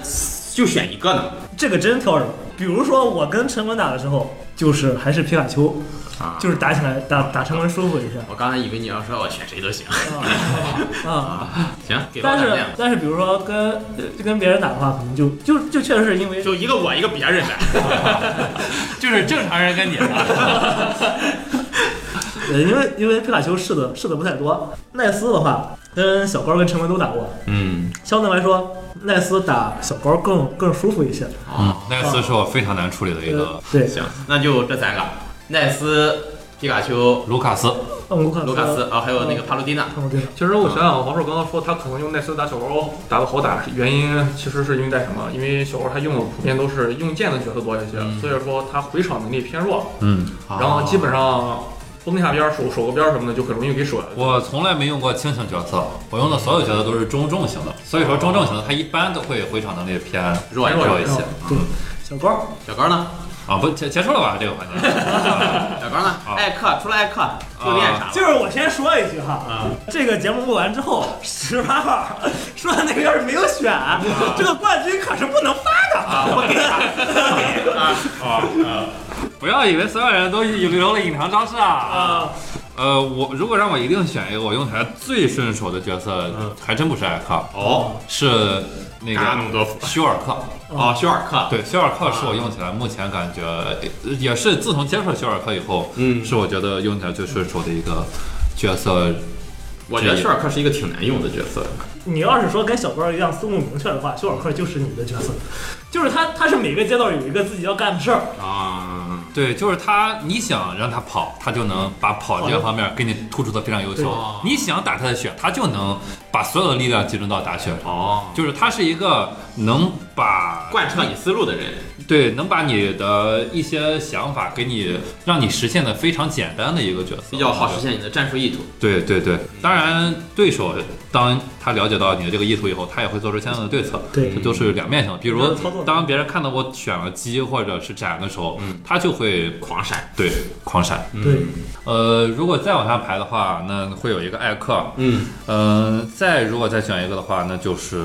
Speaker 1: 就选一个呢。
Speaker 2: 这个真挑人。比如说我跟陈文打的时候，就是还是皮卡丘，
Speaker 1: 啊，
Speaker 2: 就是打起来打打陈文舒服一些
Speaker 1: 我刚才以为你要说我选谁都行，
Speaker 2: 啊、
Speaker 1: 行，给我
Speaker 2: 但
Speaker 1: 点
Speaker 2: 是
Speaker 1: 量。
Speaker 2: 但是比如说跟呃跟别人打的话，可能就就就确实是因为
Speaker 1: 就一个我一个别人的，
Speaker 4: 就是正常人跟 你。
Speaker 2: 呃因为因为皮卡丘试的试的不太多。奈斯的话，跟小高跟陈文都打过，
Speaker 1: 嗯，
Speaker 2: 相对来说，奈斯打小高更更舒服一些。
Speaker 4: 嗯，那个词是我非常难处理的一
Speaker 2: 呃
Speaker 4: 个。，
Speaker 2: 对，
Speaker 1: 行，那就这三个，奈斯、皮卡丘、
Speaker 4: 卢卡斯，
Speaker 2: 嗯，卢卡斯，
Speaker 1: 卢卡斯，啊，还有那个帕鲁蒂娜。
Speaker 2: 看过这个，
Speaker 3: 其实我想想，王硕刚刚说他可能用奈斯打小高打的好打，原因其实是因为在什么？因为小高他用的普遍都是用剑的角色多一些，所以说他回场能力偏弱，
Speaker 4: 嗯，
Speaker 3: 然后基本上崩下边儿守守个边儿什么的就很容易给守了。
Speaker 4: 我从来没用过轻型角色，我用的所有角色都是中重型的，所以说中重型的它一般都会回场能力偏
Speaker 1: 弱一点
Speaker 4: 弱一些
Speaker 2: 嗯对，小高，
Speaker 1: 小高呢？
Speaker 4: 啊。不结结束了吧这个环节？
Speaker 1: 小高呢？艾克，除了艾克，又练啥了？
Speaker 2: 就是我先说一句哈，
Speaker 1: 啊，
Speaker 2: 这个节目录完之后，十八号说那个要是没有选，
Speaker 1: 啊
Speaker 2: 这个冠军可是不能发的啊！ 我给
Speaker 4: 不要以为所有人都留了隐藏招式啊。
Speaker 2: 啊，
Speaker 4: 呃，我如果让我一定选一个，我用起来最顺手的角色，还真不是艾克，
Speaker 1: 哦，
Speaker 4: 是那
Speaker 1: 嘎
Speaker 4: 个
Speaker 1: 努多夫，
Speaker 4: 修尔克。
Speaker 1: 哦，修尔克，
Speaker 4: 对，修尔克是我用起来目前感觉呃也是自从接触了修尔克以后，
Speaker 1: 嗯
Speaker 4: 是我觉得用起来最顺手的一个角色。
Speaker 1: 我觉得修尔克是一个挺难用的角色。
Speaker 2: 你要是说跟小高一样思路明确的话，修尔克就是你的角色，就是他，他是每个阶段有一个自己要干的事儿，
Speaker 1: 啊，
Speaker 4: 对，就是他，你想让他跑，他就能把跑这个方面给你突出的非常优秀
Speaker 2: 哦
Speaker 1: 对；
Speaker 4: 你想打他的血，他就能把所有的力量集中到打血上。
Speaker 1: 哦，
Speaker 4: 就是他是一个能把
Speaker 1: 贯彻你思路的人，
Speaker 4: 对能把你的一些想法给你让你实现的非常简单的一个角色，
Speaker 1: 比较好实现你的战术意图。
Speaker 4: 对对对，当然对手当他了解到你的这个意图以后，他也会做出相应的对策，
Speaker 2: 对
Speaker 4: 这都是两面性的。比如
Speaker 2: 操作
Speaker 4: 当别人看到我选了鸡或者是斩的时候，
Speaker 1: 嗯
Speaker 4: 他就会
Speaker 1: 狂闪，
Speaker 4: 对狂闪。
Speaker 2: 对，
Speaker 4: 呃，如果再往下排的话，那会有一个艾克，
Speaker 1: 嗯，
Speaker 4: 嗯，再如果再选一个的话，那就是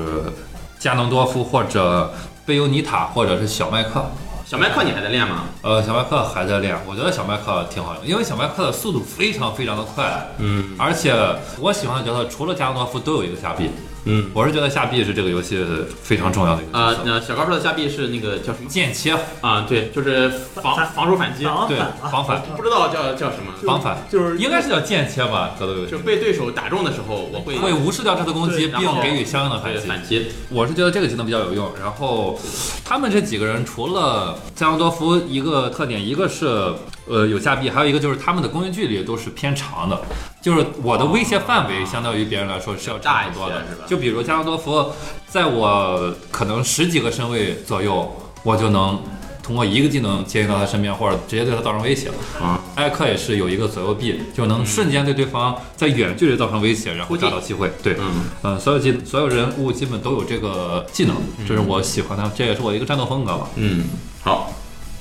Speaker 4: 加农多夫或者贝尤尼塔或者是小麦克。
Speaker 1: 小麦克你还在练吗？
Speaker 4: 呃，小麦克还在练，我觉得小麦克挺好用，因为小麦克的速度非常非常的快，
Speaker 1: 嗯
Speaker 4: 而且我喜欢的角色除了加农多夫都有一个下臂，
Speaker 1: 嗯，
Speaker 4: 我是觉得下臂是这个游戏非常重要的一个角
Speaker 1: 呃
Speaker 4: 色。，
Speaker 1: 那小高说的下臂是那个叫什么？
Speaker 4: 剑切，
Speaker 1: 啊，对，就是防
Speaker 2: 反
Speaker 1: 防守反击，
Speaker 2: 防
Speaker 4: 对
Speaker 2: 反啊，
Speaker 4: 防反，
Speaker 1: 不知道叫叫什么，
Speaker 4: 防反
Speaker 2: 就是
Speaker 4: 应该是叫剑切吧，格斗游戏
Speaker 1: 就被对手打中的时候，我会
Speaker 4: 会无视掉他的攻
Speaker 1: 对
Speaker 4: 击，
Speaker 1: 然
Speaker 4: 并
Speaker 1: 后
Speaker 4: 给予相应的反
Speaker 1: 对
Speaker 4: 击。
Speaker 1: 反击。
Speaker 4: 我是觉得这个技能比较有用。然后他们这几个人除了加隆多夫，一个特点，一个是呃有下臂，还有一个就是他们的攻击距离都是偏长的，就是我的威胁范围相对于别人来说是要
Speaker 1: 大
Speaker 4: 大
Speaker 1: 一
Speaker 4: 很
Speaker 1: 些
Speaker 4: 多的
Speaker 1: 是吧。
Speaker 4: 就比如加隆多夫，在我可能十几个身位左右，我就能。通过一个技能接应到他身边，或者直接对他造成威胁。
Speaker 1: 啊，
Speaker 4: 艾克也是有一个左右臂，就能瞬间对对方在远距离造成威胁，然后抓到机会。对，
Speaker 1: 嗯，
Speaker 4: 呃，所有技所有人物基本都有这个技能，这是我喜欢的，这也是我一个战斗风格吧。
Speaker 1: 嗯，好，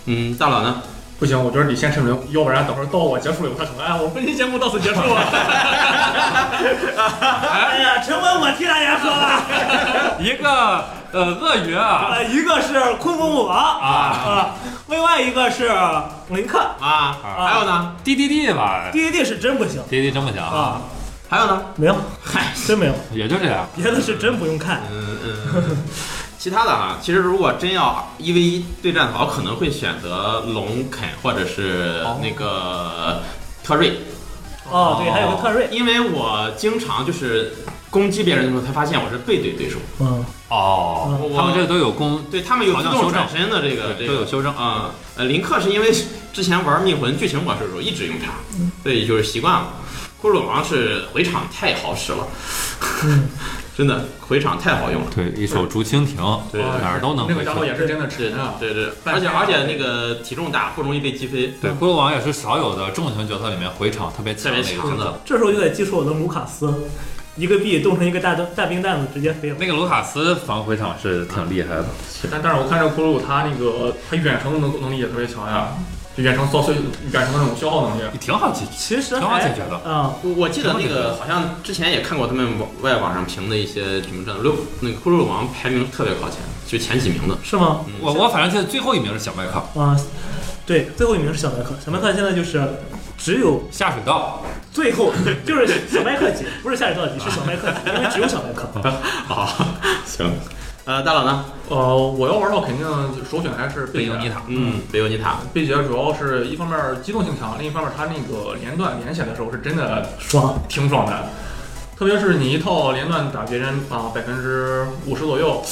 Speaker 1: 嗯，大佬呢？
Speaker 3: 不行，我觉得你先陈明，要不然等会儿到我结束了以后，他可能哎，我们本期节目到此结束了。
Speaker 2: 哎呀，陈文，我替大家说吧，
Speaker 4: 一个呃鳄鱼啊，
Speaker 2: 呃，一个是昆姆姆王
Speaker 4: 啊
Speaker 2: 啊，另外一个是林克
Speaker 1: 啊，还有呢？
Speaker 4: ，D D D 吧
Speaker 2: ，D A D 是真不行
Speaker 4: ，D D D 真不行，
Speaker 2: 啊，
Speaker 1: 还有呢？
Speaker 2: 没有，
Speaker 1: 嗨，
Speaker 2: 真没有，
Speaker 4: 也就这样。
Speaker 2: 别的是真不用看，
Speaker 4: 啊
Speaker 1: 嗯嗯， 其他的啊，其实如果真要一 v 一对战的话，我可能会选择龙肯或者是那个特瑞，
Speaker 2: 哦，对，还有个特
Speaker 4: 啊
Speaker 2: 瑞，
Speaker 1: 因为我经常就是攻击别人的时候，才发现我是背对对手，
Speaker 2: 嗯，
Speaker 4: 哦
Speaker 1: 我
Speaker 4: 他们这都有攻，
Speaker 1: 对他们有自
Speaker 4: 好像
Speaker 1: 动
Speaker 4: 修正
Speaker 1: 转身的这个这
Speaker 4: 都
Speaker 1: 个
Speaker 4: 有修正。
Speaker 1: 啊、呃，林克是因为之前玩命魂剧情模式的时候一直用它，所以就是习惯了。骷髅王是回场太好使了， 真的回场太好用了。
Speaker 4: 对，一手竹蜻蜓，
Speaker 1: 对
Speaker 4: 哪儿都能
Speaker 3: 那
Speaker 4: 回
Speaker 3: 个家伙
Speaker 4: 去。
Speaker 3: 啊也是真的沉
Speaker 1: 对
Speaker 3: 啊。
Speaker 1: 对对，
Speaker 3: 半
Speaker 1: 而且
Speaker 3: 天
Speaker 1: 而且那个体重大，不容易被击飞，
Speaker 4: 对，骷髅王也是少有的重型角色里面回场特别
Speaker 1: 特
Speaker 4: 强的
Speaker 1: 别
Speaker 4: 一个
Speaker 1: 强
Speaker 4: 角色。
Speaker 1: 的。
Speaker 2: 这时候就得记住我的卢卡斯，一个币冻成一个大大冰蛋子，直接飞了。
Speaker 4: 那个卢卡斯防回场是挺厉害的，
Speaker 3: 但但是我看这个咕噜，他那个他远程能能力也特别强呀，就远程造碎，远程的那种消耗能力。
Speaker 4: 挺好解，
Speaker 2: 其实
Speaker 4: 挺好
Speaker 2: 还
Speaker 4: 解决的。
Speaker 2: 啊，
Speaker 1: 我我记得那个好像之前也看过他们网外网上评的一些什么战斗，那个骷髅王排名特别靠前，就前几名的。
Speaker 2: 是吗？
Speaker 4: 我我反正记得最后一名是小麦克，
Speaker 2: 啊，对，最后一名是小麦克，小麦克现在就是只有
Speaker 4: 下水道。
Speaker 2: 最后 就是小麦克级，不是下水道级，是小麦克级，因为只有小麦克。
Speaker 1: 好，行。呃，大佬呢？
Speaker 3: 呃，我要玩的话，肯定首选还是
Speaker 4: 贝
Speaker 3: 贝
Speaker 4: 尤尼
Speaker 3: 姐。
Speaker 4: 塔，
Speaker 1: 嗯，维欧尼塔。
Speaker 3: 贝姐主要是一方面机动性强，另一方面它那个连段连起来的时候是真的
Speaker 2: 爽，
Speaker 3: 挺爽的，特别是你一套连段打别人啊百分之五十左右，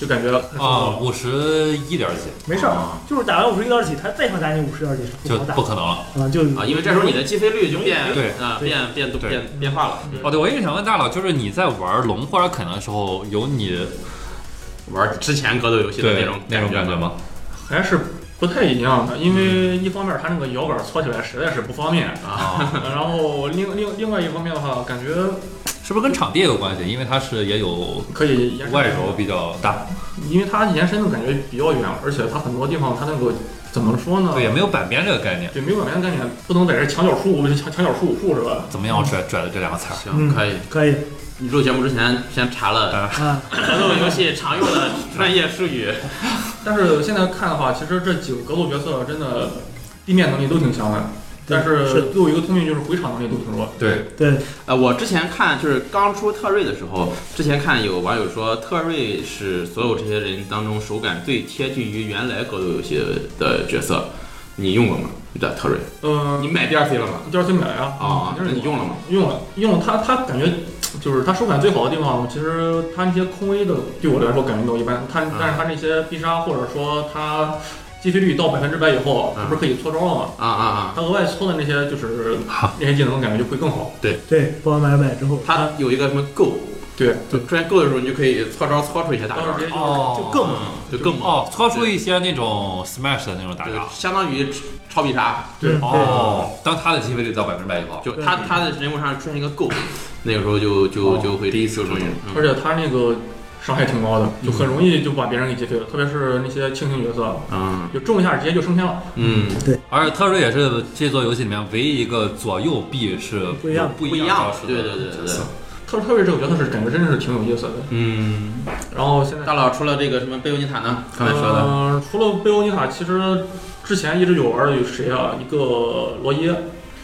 Speaker 3: 就感觉很舒服
Speaker 4: 啊，。五十一点几
Speaker 2: 没事儿
Speaker 1: 啊，
Speaker 2: 就是打完五十一点几，他再想打你五十点几是
Speaker 4: 就
Speaker 2: 不好打
Speaker 4: 不可能了。
Speaker 2: 啊，就
Speaker 1: 啊，因为这时候你的击飞率就变
Speaker 4: 对
Speaker 1: 啊、
Speaker 2: 对
Speaker 1: 变变
Speaker 4: 对
Speaker 1: 变变化了，
Speaker 4: 哦，对，我一直想问大佬，就是你在玩龙或者啃的时候，有你
Speaker 1: 玩之前格斗游戏的那种
Speaker 4: 那种
Speaker 1: 感
Speaker 4: 感觉
Speaker 1: 觉？
Speaker 4: 吗？
Speaker 3: 还是不太一样的，因
Speaker 4: 嗯
Speaker 3: 为一方面它那个摇杆搓起来实在是不方 便，
Speaker 1: 啊，
Speaker 3: 然后另另另外一方面的话，感觉
Speaker 4: 是不是跟场地也有关系？因为它是也有
Speaker 3: 可以延伸
Speaker 4: 外柔，比较大，
Speaker 3: 因为它延伸的感觉比较远，而且它很多地方它那个怎么说呢？
Speaker 4: 对，也没有板边这个概念。
Speaker 3: 对，没有表面概念，不能在这墙角树，墙墙角树武术是吧？
Speaker 4: 怎么样？我拽拽的这两个词儿，
Speaker 1: 哦行，
Speaker 2: 嗯
Speaker 1: 可以。
Speaker 2: 可以
Speaker 1: 你录节目之前先查了
Speaker 2: 啊，
Speaker 1: 格斗游戏常用的专业术语，
Speaker 3: 但是现在看的话，其实这几个格斗角色真的地面能力都挺强的，但
Speaker 2: 对
Speaker 3: 是都有一个通病，就是回场能力都挺弱。
Speaker 4: 对，
Speaker 2: 对，
Speaker 1: 呃，我之前看就是刚出特瑞的时候，之前看有网友说特瑞是所有这些人当中手感最贴近于原来格斗游戏的角色，你用过吗？你的特瑞，
Speaker 3: 嗯、
Speaker 1: 你买 DLC 了吗？
Speaker 3: 第二次买啊，
Speaker 1: 啊，
Speaker 3: 肯
Speaker 1: 那
Speaker 3: 定是
Speaker 1: 你用了吗？
Speaker 3: 用了用了它，它感觉就是它手感最好的地方，其实它那些空 A 的对我来说感觉都一般，
Speaker 4: 嗯
Speaker 3: 它但是它那些必杀或者说它击飞率到百分之百以后，
Speaker 4: 嗯
Speaker 3: 它不是可以搓招了吗？
Speaker 1: 啊啊啊！
Speaker 3: 它额外搓的那些就是
Speaker 4: 好
Speaker 3: 那些技能感觉就会更好。
Speaker 2: 对，包买买之后，
Speaker 1: 它有一个什么 Go
Speaker 3: 对，
Speaker 1: 就出现够的时候，你就可以搓招搓出一些大
Speaker 3: 到时
Speaker 1: 招
Speaker 3: 候直，接就
Speaker 4: 哦，
Speaker 2: 就更
Speaker 1: 嗯，就更猛，
Speaker 4: 哦，搓出一些那种 smash 的那种打
Speaker 1: 对
Speaker 4: 法。
Speaker 1: 相当于超必杀，
Speaker 3: 嗯
Speaker 2: 对
Speaker 4: 哦，当他的机会率到百分之百以后，
Speaker 1: 就
Speaker 2: 对
Speaker 1: 他他的人物上出现一个够，那个时候就就
Speaker 4: 哦
Speaker 1: 就会第一次有这种人，嗯
Speaker 3: 而且他那个伤害挺高的，就
Speaker 4: 嗯
Speaker 3: 很容易就把别人给击飞了，特别是那些轻型角色，
Speaker 1: 嗯
Speaker 3: 就中一下直接就升天了。
Speaker 1: 嗯，
Speaker 4: 而特瑞也是这座游戏里面唯一一个左右臂是
Speaker 2: 不一样
Speaker 4: 不
Speaker 1: 不一
Speaker 4: 一
Speaker 1: 样
Speaker 4: 样招式
Speaker 1: 对
Speaker 4: 的
Speaker 1: 对对对
Speaker 4: 角色
Speaker 3: 特特别这个角色是感觉真是挺有意思的。
Speaker 1: 嗯，
Speaker 3: 然后现在
Speaker 1: 大佬除了这个什么贝欧尼塔呢？刚才说的，
Speaker 3: 嗯，除了贝欧尼塔，其实之前一直有玩的有谁啊？一个罗伊，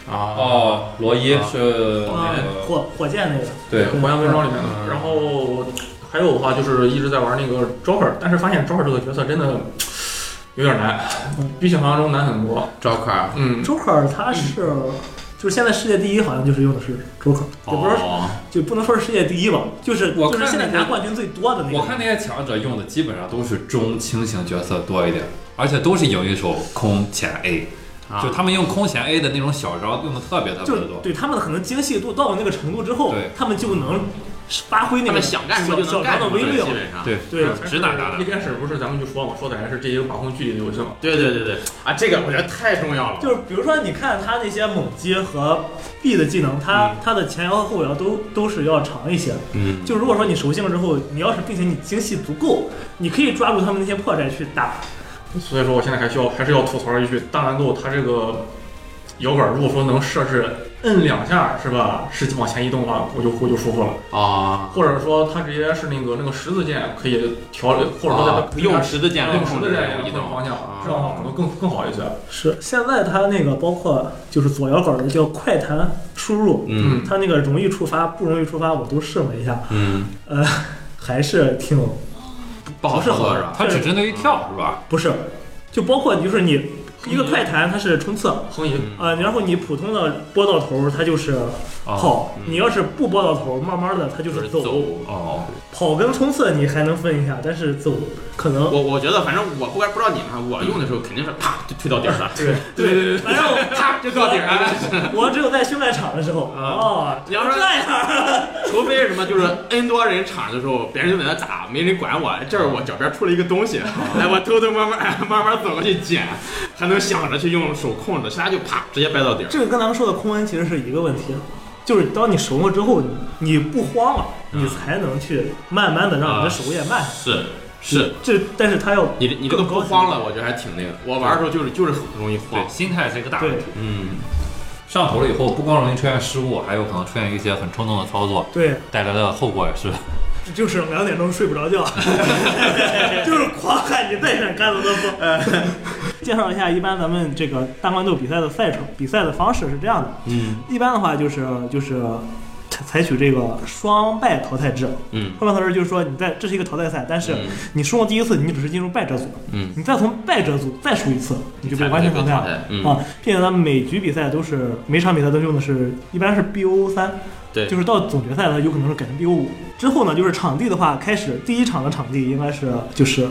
Speaker 1: 哦，
Speaker 4: 哦，罗伊是
Speaker 2: 啊
Speaker 4: 那个
Speaker 2: 火火箭那个，
Speaker 4: 对
Speaker 3: 《火焰纹章》里面的。
Speaker 1: 嗯
Speaker 3: 然后还有的话就是一直在玩那个 Joker，但是发现 Joker 这个角色真的有点难
Speaker 2: 嗯，
Speaker 3: 比想象中难很多。
Speaker 1: Joker，
Speaker 3: 嗯，
Speaker 2: Joker 他是，就是现在世界第一，好像就是用的是 Joker，也不是
Speaker 1: 哦，
Speaker 2: 就不能说是世界第一吧，就是
Speaker 4: 我
Speaker 2: 就
Speaker 4: 看
Speaker 2: 是现在
Speaker 4: 那个
Speaker 2: 拿冠军最多的那个。
Speaker 4: 我看那些强者用的基本上都是中轻型角色多一点，而且都是有一手空前 A，、
Speaker 1: 啊
Speaker 4: 就他们用空前 A 的那种小招用的特别特别
Speaker 2: 就
Speaker 4: 的多。
Speaker 2: 对他们的可能精细度到了那个程度之后
Speaker 4: 对，
Speaker 2: 他们就能发挥那
Speaker 1: 他
Speaker 2: 个
Speaker 1: 们想干什么就能
Speaker 2: 小
Speaker 1: 干什
Speaker 2: 小招的
Speaker 1: 么，
Speaker 2: 威力
Speaker 1: 基。本上。
Speaker 4: 对
Speaker 2: 对
Speaker 4: 是嗯指哪打
Speaker 3: 一
Speaker 4: 哪。
Speaker 3: 开始不是咱们就说嘛，说的还是这一个把控距离的游戏嘛。
Speaker 1: 对对对对啊，这个我觉得太重要了。
Speaker 2: 就是比如说，你看他那些猛击和 B 的技能，他他的前摇和后摇都都是要长一些。
Speaker 1: 嗯，
Speaker 2: 就如果说你熟悉了之后，你要是并且你精细足够，你可以抓住他们那些破绽去打。
Speaker 3: 所以说我现在还需要还是要吐槽一句，大难度它这个摇杆如果说能设置摁两下是吧，是往前移动的话，我就我就舒服了。
Speaker 1: 啊，
Speaker 3: 或者说它直接是那个那个十字键可以调，或者说在
Speaker 1: 啊
Speaker 3: 它
Speaker 1: 用十字键来
Speaker 3: 用十
Speaker 1: 控
Speaker 3: 字
Speaker 1: 制
Speaker 3: 键
Speaker 1: 移
Speaker 3: 移动
Speaker 1: 动，
Speaker 3: 方向
Speaker 1: 啊，
Speaker 3: 这样的话可能更更好一些。
Speaker 2: 是现在他那个包括就是左摇杆的叫快弹输入，
Speaker 1: 嗯
Speaker 2: 他那个容易触发、不容易触发我都试了一下，
Speaker 1: 嗯，
Speaker 2: 还是挺
Speaker 1: 不好
Speaker 2: 不是
Speaker 1: 操作
Speaker 2: 很
Speaker 1: 是吧？
Speaker 4: 它只针对于跳是吧？
Speaker 2: 不是，就包括就是你一个快弹它是冲刺，
Speaker 3: 横移，
Speaker 1: 嗯
Speaker 2: 呃，然后你普通的拨到头儿它就是
Speaker 4: 哦
Speaker 2: 跑，
Speaker 1: 嗯
Speaker 2: 你要是不拨到头儿，慢慢的它就
Speaker 1: 就是是
Speaker 2: 嗯走。
Speaker 1: 走。
Speaker 4: 哦，
Speaker 2: 跑跟冲刺你还能分一下，但是走可能
Speaker 1: 我我觉得，反正我不管不知道你们啊，我用的时候肯定是啪就推到底儿了，
Speaker 2: 对
Speaker 1: 对对对
Speaker 2: 反正我
Speaker 1: 啪就到底儿了。
Speaker 2: 我只有在训练场的时候，
Speaker 1: 啊
Speaker 2: 哦，
Speaker 1: 你要说
Speaker 2: 这样，
Speaker 1: 除非是什么，就是 N 多人场的时候，别人就在那打，没人管我，这儿我脚边出了一个东西，哎，我偷偷摸摸哎慢慢走过去捡，还能想着去用手控制，其他就啪直接掰到底儿。
Speaker 2: 这个跟咱们说的空恩其实是一个问题，啊就是当你熟了之后，你你不慌了，
Speaker 1: 嗯
Speaker 2: 你才能去慢慢的让你的手也慢。
Speaker 1: 是是，
Speaker 2: 这但是他要
Speaker 1: 嗯你这你这个不慌了，我觉得还挺那个。我玩的时候就是就是很容易慌
Speaker 4: 对，。心态是一个大问
Speaker 2: 对
Speaker 4: 题。
Speaker 1: 嗯，
Speaker 4: 上头了以后，不光容易出现失误，还有可能出现一些很冲动的操作，
Speaker 2: 对，
Speaker 4: 带来的后果也是。
Speaker 2: 就是两点钟睡不着觉，就是狂喊你再想干的都不。 介绍一下，一般咱们这个大关斗比赛的赛程，比赛的方式是这样的。
Speaker 1: 嗯
Speaker 2: 一般的话就是就是采采取这个双败淘汰制，
Speaker 1: 嗯
Speaker 2: 双败淘汰制就是说你在这是一个淘汰赛，但是
Speaker 1: 嗯
Speaker 2: 你输了第一次，你只是进入败者组，
Speaker 1: 嗯，
Speaker 2: 你再从败者组再输一次，你就被完全淘汰了。
Speaker 1: 汰。
Speaker 2: 啊
Speaker 1: 嗯，，
Speaker 2: 并且咱们每局比赛都是每场比赛都用的是，一般是 BO 三，
Speaker 1: 对
Speaker 2: 就是到总决赛呢有可能是改成 BO 五。之后呢，就是场地的话，开始第一场的场地应该是就是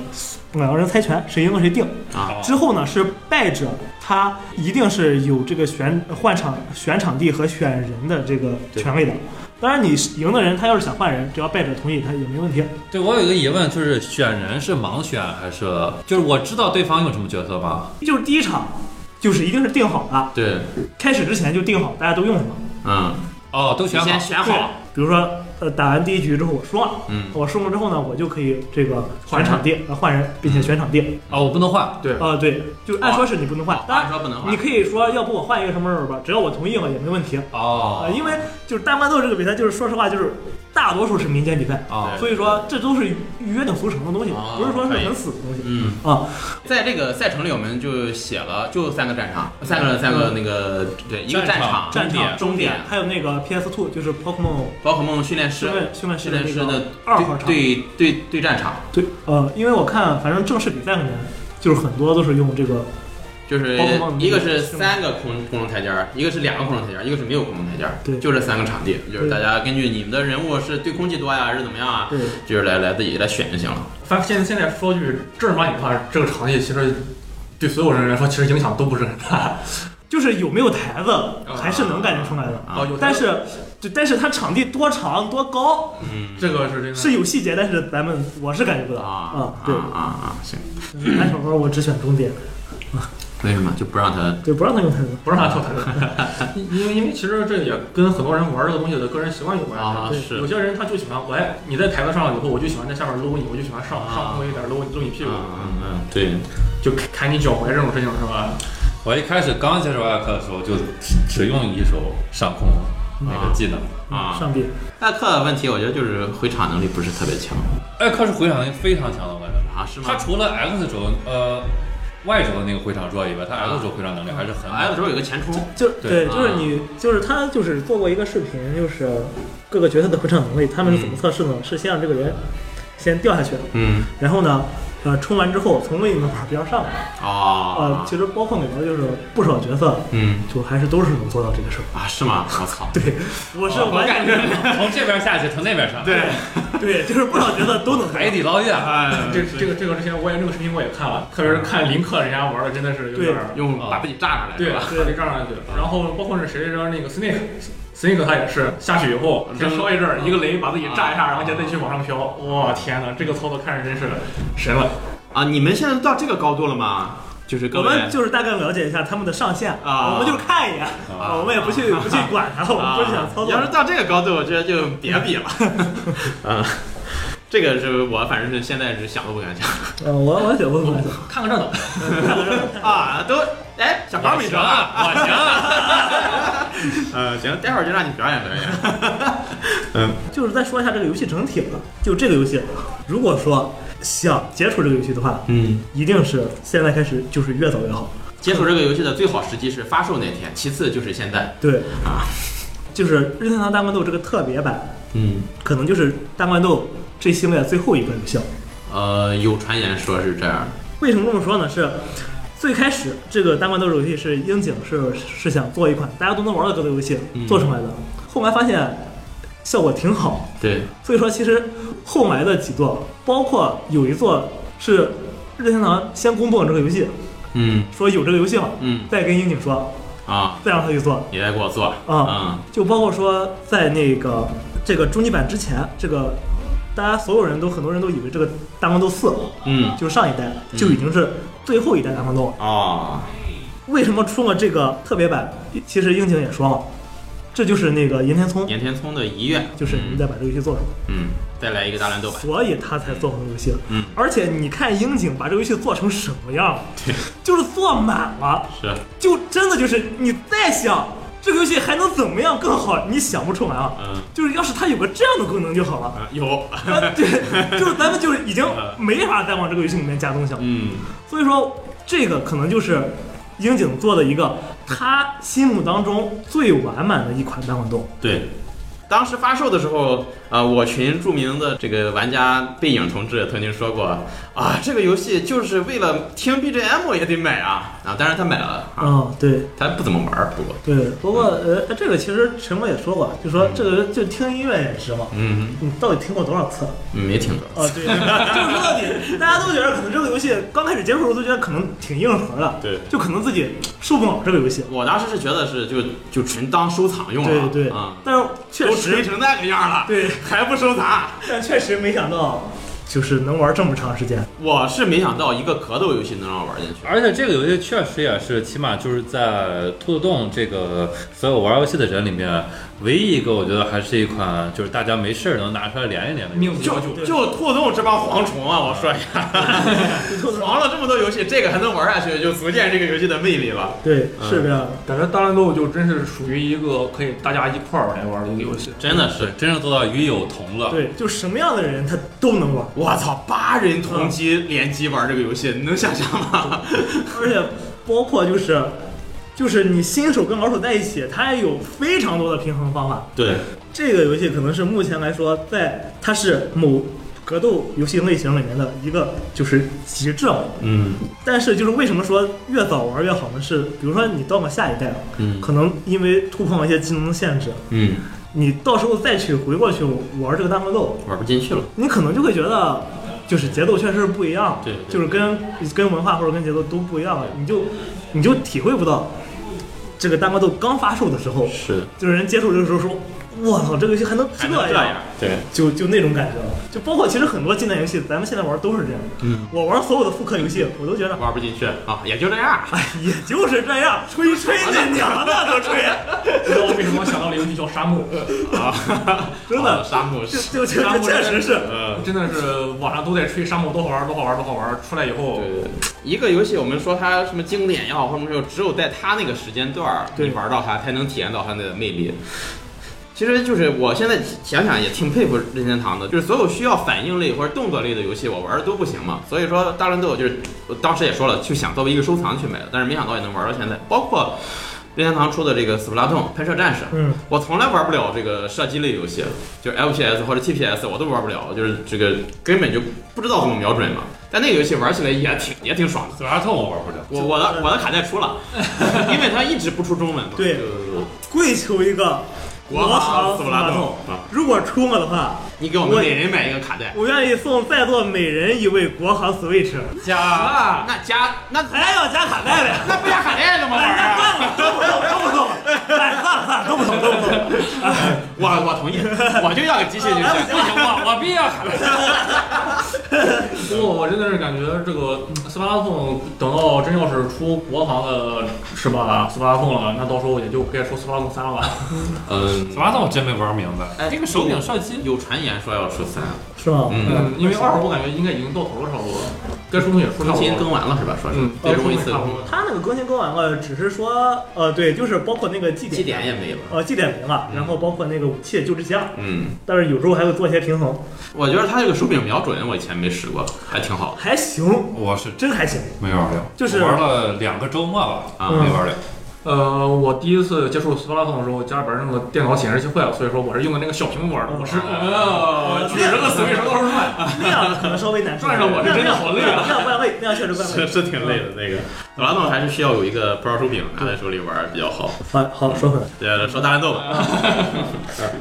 Speaker 2: 两个人猜拳，谁赢了谁定。
Speaker 1: 啊
Speaker 2: 之后呢是败者，他一定是有这个选换场选场地和选人的这个
Speaker 1: 对
Speaker 2: 权利的。当然，你赢的人他要是想换人，只要败者同意，他也没问题。
Speaker 4: 对我有一个疑问，就是选人是盲选还是就是我知道对方用什么角色吗？
Speaker 2: 就是第一场，就是一定是定好的，
Speaker 1: 对，
Speaker 2: 开始之前就定好大家都用什么。
Speaker 1: 嗯，
Speaker 4: 哦，都
Speaker 1: 你
Speaker 4: 选好
Speaker 1: 先。选好。
Speaker 2: 比如说，呃，打完第一局之后我输了，
Speaker 1: 嗯
Speaker 2: 我输了之后呢，我就可以这个选场地，呃，换人，并且
Speaker 1: 嗯
Speaker 2: 选场地，
Speaker 4: 哦，我不能换。
Speaker 3: 对，
Speaker 2: 啊、对，就按说是你不能换，当
Speaker 1: 按
Speaker 2: 然
Speaker 1: 说不能换
Speaker 2: 你。可以说，要不我换一个什么什么吧，只要我同意了也没问题，啊、
Speaker 4: 哦
Speaker 2: 因为就是大乱斗这个比赛，就是说实话，就是大多数是民间比赛，
Speaker 4: 哦，
Speaker 2: 所以说这都是约定俗成的东西，
Speaker 1: 啊
Speaker 2: 不是说是
Speaker 1: 可以
Speaker 2: 很死的东西。
Speaker 1: 嗯
Speaker 2: 啊，
Speaker 1: 在这个赛程里，我们就写了就三个战场，三个三个那个对一个战场，
Speaker 2: 嗯战
Speaker 4: 终点
Speaker 2: 场终
Speaker 1: 终点
Speaker 2: 还有那个 PS Two，就是 Pokemon
Speaker 1: 宝可梦训练师
Speaker 2: 训练训练师
Speaker 1: 训练师
Speaker 2: 的那个
Speaker 1: 的
Speaker 2: 二号场
Speaker 1: 对对对对战场，
Speaker 2: 对，呃，因为我看反正正式比赛里面，就是很多都是用这个
Speaker 1: 就是
Speaker 2: 宝可梦
Speaker 1: 一个是三个空空中台阶儿，一个是两个空中台阶儿，一个是没有空中台阶儿，
Speaker 2: 对
Speaker 1: 就这三个场地，就是大家根据你们的人物是对空气多呀，还是怎么样啊，
Speaker 2: 对。
Speaker 1: 就是来来自己来选就行了。
Speaker 3: 反正现在现在说句正儿八经话，这个场地其实对所有人来说其实影
Speaker 1: 啊
Speaker 3: 响都不是很大。
Speaker 2: 就是有没有台子，还是能感觉出来的。
Speaker 1: 啊
Speaker 3: 哦有
Speaker 2: 但是就但是它场地多长多高
Speaker 1: 嗯，
Speaker 3: 这个是真的。
Speaker 2: 是有细节，但是咱们我是感觉不到嗯
Speaker 1: 啊
Speaker 2: 对
Speaker 1: 啊，啊啊，行，
Speaker 2: 篮球包我只选终点，
Speaker 1: 为什么就不让他？
Speaker 2: 对，不让他用太多。
Speaker 3: 不让他跳台子，因因为因为其实这也跟很多人玩这个东西的个人习惯有关
Speaker 1: 啊
Speaker 3: 系。
Speaker 1: 是
Speaker 3: 有些人他就喜欢，我哎，你在台子上了以后，我就喜欢在下面搂你，我就喜欢上
Speaker 1: 啊
Speaker 3: 上空一点搂你搂你屁股，
Speaker 1: 嗯嗯，对，
Speaker 3: 就砍你脚踝这种事情是吧？
Speaker 4: 我一开始刚接触艾克的时候，就只只用一手上空那个技能。
Speaker 1: 啊
Speaker 2: 上臂，
Speaker 1: 艾克的问题，我觉得就是回场能力不是特别强
Speaker 4: 艾克是回场能力非常强的，我感觉。
Speaker 1: 啊，是
Speaker 4: 他
Speaker 1: 吗？
Speaker 4: 除了 X 轴呃 Y 轴的那个回场之外以外，他
Speaker 1: 啊
Speaker 4: X 轴回场能力还是很好
Speaker 1: 艾克时候有个前冲，
Speaker 2: 就对，
Speaker 4: 对
Speaker 1: 啊
Speaker 2: 就是你，就是他，就是做过一个视频，就是各个角色的回场能力，他们是怎么测试呢？是先让这个人先掉下去，
Speaker 1: 嗯，
Speaker 2: 然后呢，呃，冲完之后从另一个板儿标上来。呃
Speaker 1: 哦，，
Speaker 2: 其实包括美国就是不少角色，
Speaker 1: 嗯
Speaker 2: 就还是都是能做到这个事儿。
Speaker 1: 啊，是吗？我操，
Speaker 2: 对，我
Speaker 1: 啊
Speaker 2: 是完全认同。
Speaker 4: 从这边下去，从那边上，，
Speaker 1: 对，
Speaker 2: 对，就是不少角色都能做到
Speaker 4: 海底捞月，
Speaker 1: 哎
Speaker 3: 这这个这个之前我也那个视频我也看了，特别是看林克人家玩的真的是有点儿
Speaker 1: 用把自己炸上来，
Speaker 3: 对
Speaker 1: 是吧？
Speaker 3: 特别仗上去。然后包括是谁来着那个 Snake，Snake 他也是下去以后先烧一阵儿，一个雷把自己炸一下，然后就再去往上飘。哇天哪，这个操作看着真是神了。
Speaker 1: 啊，你们现在到这个高度了吗？就是各
Speaker 2: 我
Speaker 1: 位
Speaker 2: 们就是大概了解一下他们的上限
Speaker 1: 啊
Speaker 2: 我们就是看一眼
Speaker 1: 啊
Speaker 2: 我们也不去不去管它，我们不是想操
Speaker 1: 啊
Speaker 2: 作
Speaker 1: 要是到这个高度，我觉得就别比 了。啊，这个是我反正是现在是想都不敢想
Speaker 2: 嗯，我我写不出来。
Speaker 3: 看看这怎
Speaker 1: 啊，都哎，小高没说啊。
Speaker 4: 我行，
Speaker 1: 呃，行，待会儿就让你表演表演。
Speaker 2: 就是再说一下这个游戏整体吧。就这个游戏，如果说想接触这个游戏的话，
Speaker 1: 嗯，
Speaker 2: 一定是现在开始，就是越早越好。
Speaker 1: 接触这个游戏的最好时机是发售那天，其次就是现在。
Speaker 2: 对
Speaker 1: 啊，
Speaker 2: 就是任天堂大乱斗这个特别版，
Speaker 1: 嗯，
Speaker 2: 可能就是大乱斗这系列最后一个游戏了。
Speaker 1: 呃，有传言说是这样。
Speaker 2: 为什么这么说呢？是最开始这个大乱斗游戏是樱井是是想做一款大家都能玩的格斗游戏
Speaker 1: 嗯
Speaker 2: 做出来的，后来发现效果挺好，
Speaker 1: 对，
Speaker 2: 所以说其实后来的几座，包括有一座是任天堂先公布了这个游戏，
Speaker 1: 嗯
Speaker 2: 说有这个游戏了，
Speaker 1: 嗯
Speaker 2: 再跟樱井说，
Speaker 1: 啊，
Speaker 2: 再让他去做，
Speaker 1: 你再给我做
Speaker 2: 啊就包括说在那个这个终极版之前，这个大家所有人都很多人都以为这个大乱斗四
Speaker 1: 嗯嗯
Speaker 2: 就是上一代就已经是最后一代大乱斗了。
Speaker 1: 哦，
Speaker 2: 为什么出了这个特别版？其实樱井也说了，这就是那个岩田聪，
Speaker 1: 岩田聪的遗愿
Speaker 2: 就是你再把这个游戏做出来，
Speaker 1: 嗯，再来一个大乱斗吧。
Speaker 2: 所以他才做成游戏。
Speaker 1: 嗯，
Speaker 2: 而且你看樱井把这个游戏做成什么 样了，就是做满了，
Speaker 1: 是，
Speaker 2: 就真的就是你再想这个游戏还能怎么样更好，你想不出来啊。
Speaker 1: 嗯
Speaker 2: 就是要是它有个这样的功能就好了。
Speaker 1: 啊，有，
Speaker 2: 啊，对， 就是咱们就是已经没法再往这个游戏里面加东西了。
Speaker 1: 嗯
Speaker 2: 所以说，这个可能就是樱井做的一个他心目当中最完满的一款单管动。
Speaker 1: 对。当时发售的时候，呃，我群著名的这个玩家背影同志曾经说过，啊，这个游戏就是为了听 BGM 也得买啊啊！当然他买了啊，
Speaker 2: 嗯，对
Speaker 1: 他不怎么玩儿，不过，
Speaker 2: 对。不过呃，这个其实陈哥也说过，就说这个就听音乐也值嘛。
Speaker 1: 嗯，
Speaker 2: 你到底听过多少次？
Speaker 1: 没听过。
Speaker 2: 哦， 对，就是说到底，大家都觉得可能这个游戏刚开始接触的时候都觉得可能挺硬核的，
Speaker 1: 对
Speaker 2: 就可能自己受不了这个游戏。
Speaker 1: 我当时是觉得是就就纯当收藏用
Speaker 2: 对
Speaker 1: 了，
Speaker 2: 对
Speaker 1: 啊，，
Speaker 2: 但是确
Speaker 1: 都
Speaker 2: 实
Speaker 1: 锤成那个样了，
Speaker 2: 对，
Speaker 1: 还不收藏。
Speaker 2: 但确实没想到，就是能玩这么长时间。
Speaker 1: 我是没想到一个格斗游戏能让我玩进去。
Speaker 4: 而且这个游戏确实也是，起码就是在兔子洞这个所有玩游戏的人里面，唯一一个我觉得还是一款就是大家没事儿能拿出来连一连的游戏。
Speaker 3: 命
Speaker 1: 就
Speaker 3: 久久。
Speaker 1: 就兔洞这帮蝗虫啊，我说一 下，黄了这么多游戏，这个还能玩下去，就足见这个游戏的魅力了。
Speaker 2: 对，
Speaker 1: 嗯
Speaker 2: 是这样的。
Speaker 3: 感觉大乱斗就真是属于一个可以大家一块儿来玩的一个游戏。
Speaker 1: 真的
Speaker 4: 是
Speaker 1: 是，
Speaker 4: 真正做到鱼有同乐。
Speaker 2: 对，就什么样的人他都能玩，
Speaker 1: 我操，八人
Speaker 2: 嗯
Speaker 1: 同机联机玩这个游戏，你能想象吗？
Speaker 2: 而且包括就是，就是你新手跟老手在一起，他也有非常多的平衡方法。
Speaker 1: 对，
Speaker 2: 这个游戏可能是目前来说，在它是某格斗游戏类型里面的一个就是极致了。
Speaker 1: 嗯
Speaker 2: 但是就是为什么说越早玩越好呢？是比如说你到了下一代了，
Speaker 1: 嗯
Speaker 2: 可能因为突破了一些技能的限制，
Speaker 1: 嗯，
Speaker 2: 你到时候再去回过去玩这个大乱斗，
Speaker 1: 玩不进去了。
Speaker 2: 你可能就会觉得，就是节奏确实是不一样，
Speaker 1: 对对
Speaker 2: 就是跟跟文化或者跟节奏都不一样了，你就你就体会不到这个蛋糕豆刚发售的时候，
Speaker 1: 是，
Speaker 2: 就是人接触这个时候说，我操，这个游戏还能这
Speaker 3: 还能这
Speaker 2: 样，
Speaker 3: 样，
Speaker 1: 对，
Speaker 2: 就就那种感觉了。就包括其实很多经典游戏，咱们现在玩都是这样的。
Speaker 1: 嗯，
Speaker 2: 我玩所有的复刻游戏，我都觉得
Speaker 1: 玩不进去啊，也就这样。
Speaker 2: 哎，也就是这样，吹吹你娘的都吹，
Speaker 3: 不知道为什么想到了一个游戏叫沙漠，
Speaker 2: 真
Speaker 1: 啊
Speaker 2: 的，
Speaker 1: 沙漠是，
Speaker 2: 就就确确实是。
Speaker 1: 呃，
Speaker 3: 真的是网上都在吹沙漠多好玩，多好玩，多好玩。出来以后，
Speaker 1: 对，一个游戏我们说它什么经典也好，或者说只有在它那个时间段儿，
Speaker 2: 对
Speaker 1: 你玩到它才能体验到它的魅力。其实就是我现在想想也挺佩服任天堂的，就是所有需要反应类或者动作类的游戏，我玩的都不行嘛。所以说大乱斗就是我当时也说了，就想作为一个收藏去买的，但是没想到也能玩到现在。包括任天堂出的这个《斯普拉顿》喷射战士，
Speaker 2: 嗯，
Speaker 1: 我从来玩不了这个射击类游戏，就是 FPS 或者 TPS 我都玩不了，就是这个根本就不知道怎么瞄准嘛。但那个游戏玩起来也挺也挺爽的。
Speaker 4: 死拉痛我玩不了，
Speaker 1: 我我的我的卡带出 了，因为它一直不出中文嘛。
Speaker 2: 对
Speaker 1: 就是
Speaker 2: 跪求一个
Speaker 1: 国行斯普拉顿
Speaker 2: 国行
Speaker 1: 啊！
Speaker 2: 如果出了的话，
Speaker 1: 你给我们
Speaker 2: 我
Speaker 1: 每人买一个卡带。
Speaker 2: 我愿意送在座每人一位国行 Switch，
Speaker 4: 加
Speaker 3: 啊，
Speaker 1: 那加那
Speaker 2: 还要哎加卡带呗。
Speaker 1: 那不加卡带怎么玩啊？
Speaker 2: 哎都不懂，都不懂，哎，算了算了，都不懂，都不懂。
Speaker 1: 我我 同意，我就要个机器就
Speaker 2: 哎
Speaker 1: 行。
Speaker 2: 不行，
Speaker 4: 我我必要卡
Speaker 3: 不过我真的是感觉这个嗯斯巴达痛，等到真要是出国行的是吧，斯巴达痛了，那到时候也就该出斯巴达痛三了吧。
Speaker 1: 嗯
Speaker 4: 死，拉痛我真没玩明白，
Speaker 1: 哎
Speaker 4: 那个手柄射击
Speaker 1: 有传言说要出三，
Speaker 2: 是吗？
Speaker 1: 嗯，
Speaker 3: 嗯，因为二我感觉应该已经到头了，差不多，该出的也出差
Speaker 1: 更
Speaker 3: 不
Speaker 1: 新
Speaker 3: 多
Speaker 1: 更
Speaker 3: 了。
Speaker 1: 完了是吧？说是
Speaker 3: 嗯，
Speaker 1: 别
Speaker 3: 该
Speaker 1: 中
Speaker 3: 出
Speaker 1: 一
Speaker 3: 也
Speaker 1: 次
Speaker 3: 差不多了。
Speaker 2: 他那个更新更完了，只是说，呃，对，就是包括那个祭
Speaker 1: 基
Speaker 2: 典，
Speaker 1: 点也没了。
Speaker 2: 呃，祭典没了，然后包括那个武器就这些，
Speaker 1: 嗯，
Speaker 2: 但是有时候还会做一些平衡，
Speaker 1: 我觉得它这个手柄瞄准，我以前没使过，还挺好的。
Speaker 2: 还行，
Speaker 4: 我是
Speaker 2: 真还行。
Speaker 4: 没玩了，
Speaker 2: 就是
Speaker 4: 我玩了两个周末吧，
Speaker 1: 啊
Speaker 4: 没玩了。
Speaker 3: 呃，我第一次接触斯巴达痛的时候，家里边那个电脑显示器坏了，所以说我是用的那个小屏幕玩的。我是
Speaker 4: 哎
Speaker 3: 呃，举着个 Switch 到处转，
Speaker 2: 那样可能稍微难受。
Speaker 3: 转上我是真的好累啊
Speaker 2: 那样怪累，那样确实怪嗯 累。
Speaker 1: 是挺累的那个，马总还是需要有一个不手柄拿在手里玩儿比较好。
Speaker 2: 好，好，说回来。
Speaker 1: 对，说大乱斗吧。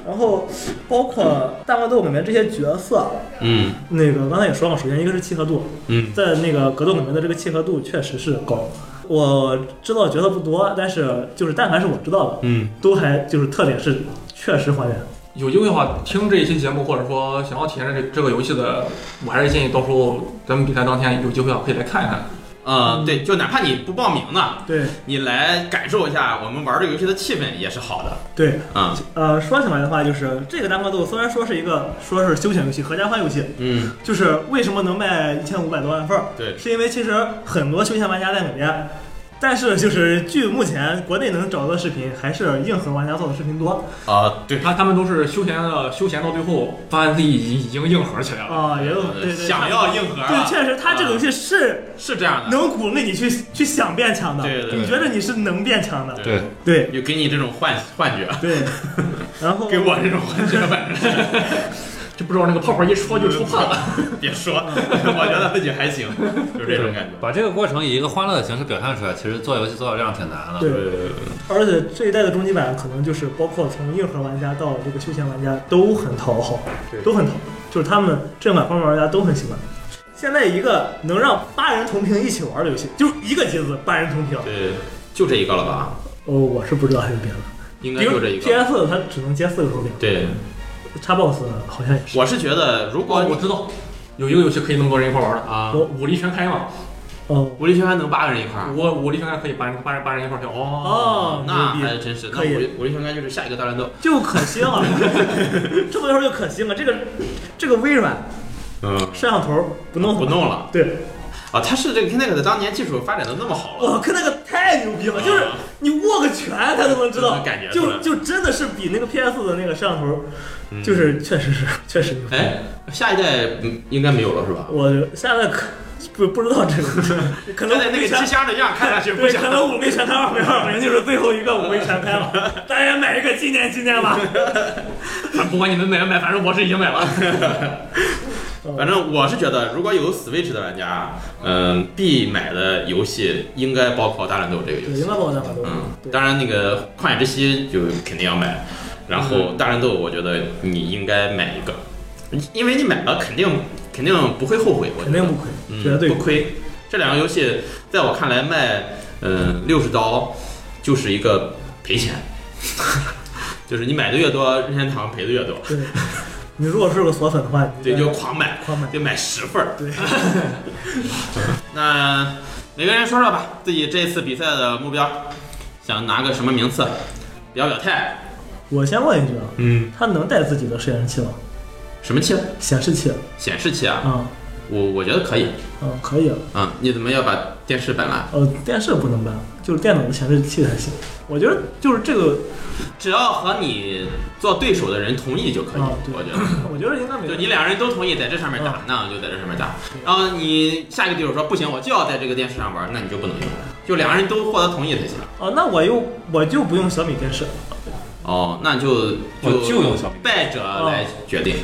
Speaker 2: 然后包括大乱斗里面这些角色，啊
Speaker 1: 嗯
Speaker 2: 那个刚才也说了，首先一个是契合度，
Speaker 1: 嗯
Speaker 2: 在那个格斗里面的这个契合度确实是高。我知道的角色不多，但是就是但凡是我知道的，
Speaker 1: 嗯，
Speaker 2: 都还就是特点是确实还原。
Speaker 3: 有机会的话，听这一期节目，或者说想要体验这这个游戏的，我还是建议到时候咱们比赛当天有机会啊，可以来看一看。
Speaker 1: 呃，对，就哪怕你不报名呢，
Speaker 2: 对
Speaker 1: 你来感受一下我们玩这个游戏的气氛也是好的。
Speaker 2: 对，
Speaker 1: 啊，
Speaker 2: 呃，说起来的话，就是这个大乱斗虽然说是一个说是休闲游戏、合家欢游戏，
Speaker 1: 嗯，
Speaker 2: 就是为什么能卖一千五百多万份儿，
Speaker 1: 对，
Speaker 2: 是因为其实很多休闲玩家在里面，但是就是据目前国内能找到的视频，还是硬核玩家做的视频多
Speaker 1: 啊，对，
Speaker 3: 他他们都是休闲的，休闲到最后发现自己已经已经硬核起来了。
Speaker 2: 啊，也有对对
Speaker 1: 呃想要硬核
Speaker 2: 对，
Speaker 1: 啊，
Speaker 2: 确实它这个游戏是
Speaker 1: 是这样的。
Speaker 2: 能鼓励你去去想变强的，
Speaker 1: 对对对
Speaker 2: 你觉得你是能变强的，
Speaker 1: 对，
Speaker 2: 对
Speaker 1: 就给你这种幻幻觉，
Speaker 2: 对， 然后
Speaker 1: 给我这种幻觉，反正是
Speaker 3: 就不知道那个泡泡一戳就出汗了。
Speaker 1: 别说，我觉得自己还行，就是这种感觉。
Speaker 4: 把这个过程以一个欢乐的形式表现出来，其实做游戏做到这样挺难的。
Speaker 2: 对
Speaker 1: 呃，
Speaker 2: 而且这一代的终极版可能就是包括从硬核玩家到这个休闲玩家都很讨好
Speaker 1: 对，
Speaker 2: 都很讨，就是他们正版方面玩家都很喜欢。现在一个能让八人同屏一起玩的游戏，就是一个机子八人同屏。
Speaker 1: 对，就这一个了吧？
Speaker 2: 哦，我是不知道还有别的，
Speaker 1: 应该
Speaker 2: 比如
Speaker 1: 就这一个。
Speaker 2: PS 它只能接四个手柄
Speaker 1: 对，
Speaker 2: ，Xbox 好像也是。
Speaker 1: 我是觉得如果
Speaker 3: 哦，我
Speaker 1: 你
Speaker 3: 知道，有一个游戏可以那么多人一块玩的，
Speaker 1: 啊，
Speaker 2: 我
Speaker 3: 武力全开嘛。
Speaker 2: 哦
Speaker 1: 武力全开能八个人一块儿，
Speaker 3: 我武力全开可以八人八人八人一块跳。哦，
Speaker 2: 哦，
Speaker 1: 那
Speaker 2: 牛
Speaker 1: 还
Speaker 2: 逼，
Speaker 1: 真是。那
Speaker 2: 可以
Speaker 1: 武力武力全开就是下一个大乱斗。
Speaker 2: 就可惜了，这么一会儿就可惜了。这个这个微软
Speaker 1: 嗯，
Speaker 2: 摄像头不弄
Speaker 1: 不
Speaker 2: 好，
Speaker 1: 弄了
Speaker 2: 对，
Speaker 1: 啊！他是这个 Kinect 的当年技术发展的那么好了，
Speaker 2: 我靠，呃那个太牛逼了，就是你握个拳，他都能知道，
Speaker 1: 啊能感觉出来
Speaker 2: 就就真的是比那个 PS 的那个摄像头，
Speaker 1: 嗯
Speaker 2: 就是确实是确实牛逼。
Speaker 1: 哎，下一代嗯应该没有了是吧？
Speaker 2: 我现在可不不知道 这个，可能
Speaker 1: 现在那个机箱的样看上去不
Speaker 2: 对，
Speaker 1: 像
Speaker 2: 可。能五位全开二零二零就是最后一个五位全开了，大家买一个纪念纪念 吧。
Speaker 3: 不管你们买没买，反正我是已经买了。
Speaker 1: 反正我是觉得，如果有 Switch 的玩家，嗯，必买的游戏应该包括大乱斗这个游
Speaker 2: 对，
Speaker 1: 戏
Speaker 2: 应。该把我讲很多。
Speaker 1: 嗯，
Speaker 2: 对
Speaker 1: 当然那个旷野之息就肯定要买，然后大乱斗我觉得你应该买一个，因为你买了肯定肯定不会后悔，我觉
Speaker 2: 肯
Speaker 1: 得
Speaker 2: 定不亏，绝对
Speaker 1: 嗯、
Speaker 2: 不
Speaker 1: 不
Speaker 2: 亏。
Speaker 1: 亏。这两个游戏在我看来呃 卖嗯六十刀就是一个赔钱，就是你买的越多，任天堂赔的越多，
Speaker 2: 对，你如果是个锁粉的话，你
Speaker 1: 对，就狂买，
Speaker 2: 狂买。
Speaker 1: 就买十份儿。
Speaker 2: 对，
Speaker 1: 那每个人说说吧，自己这次比赛的目标，想拿个什么名次，表表态。
Speaker 2: 我先问一句啊，
Speaker 1: 嗯，
Speaker 2: 他能带自己的摄影器吗？
Speaker 1: 什么器？
Speaker 2: 显示器？
Speaker 1: 显示器啊？
Speaker 2: 嗯
Speaker 1: 我我觉得可以。
Speaker 2: 嗯，可以。
Speaker 1: 嗯，你怎么要把电视摆烂？
Speaker 2: 呃，电视不能办，就是电脑的显示器才行。我觉得就是这个，
Speaker 1: 只要和你做对手的人同意就可以，
Speaker 2: 啊对
Speaker 1: 我觉得。
Speaker 2: 我觉得应该没
Speaker 1: 就
Speaker 2: 问
Speaker 1: 你
Speaker 2: 题。
Speaker 1: 两人都同意在这上面打，那我就在这上面打。然后你下一个对手说不行，我就要在这个电视上玩，那你就不能用。就两个人都获得同意才行。
Speaker 2: 哦，那我又我就不用小米电视。
Speaker 1: 哦，那就
Speaker 4: 我就用小米，
Speaker 1: 败者来决定。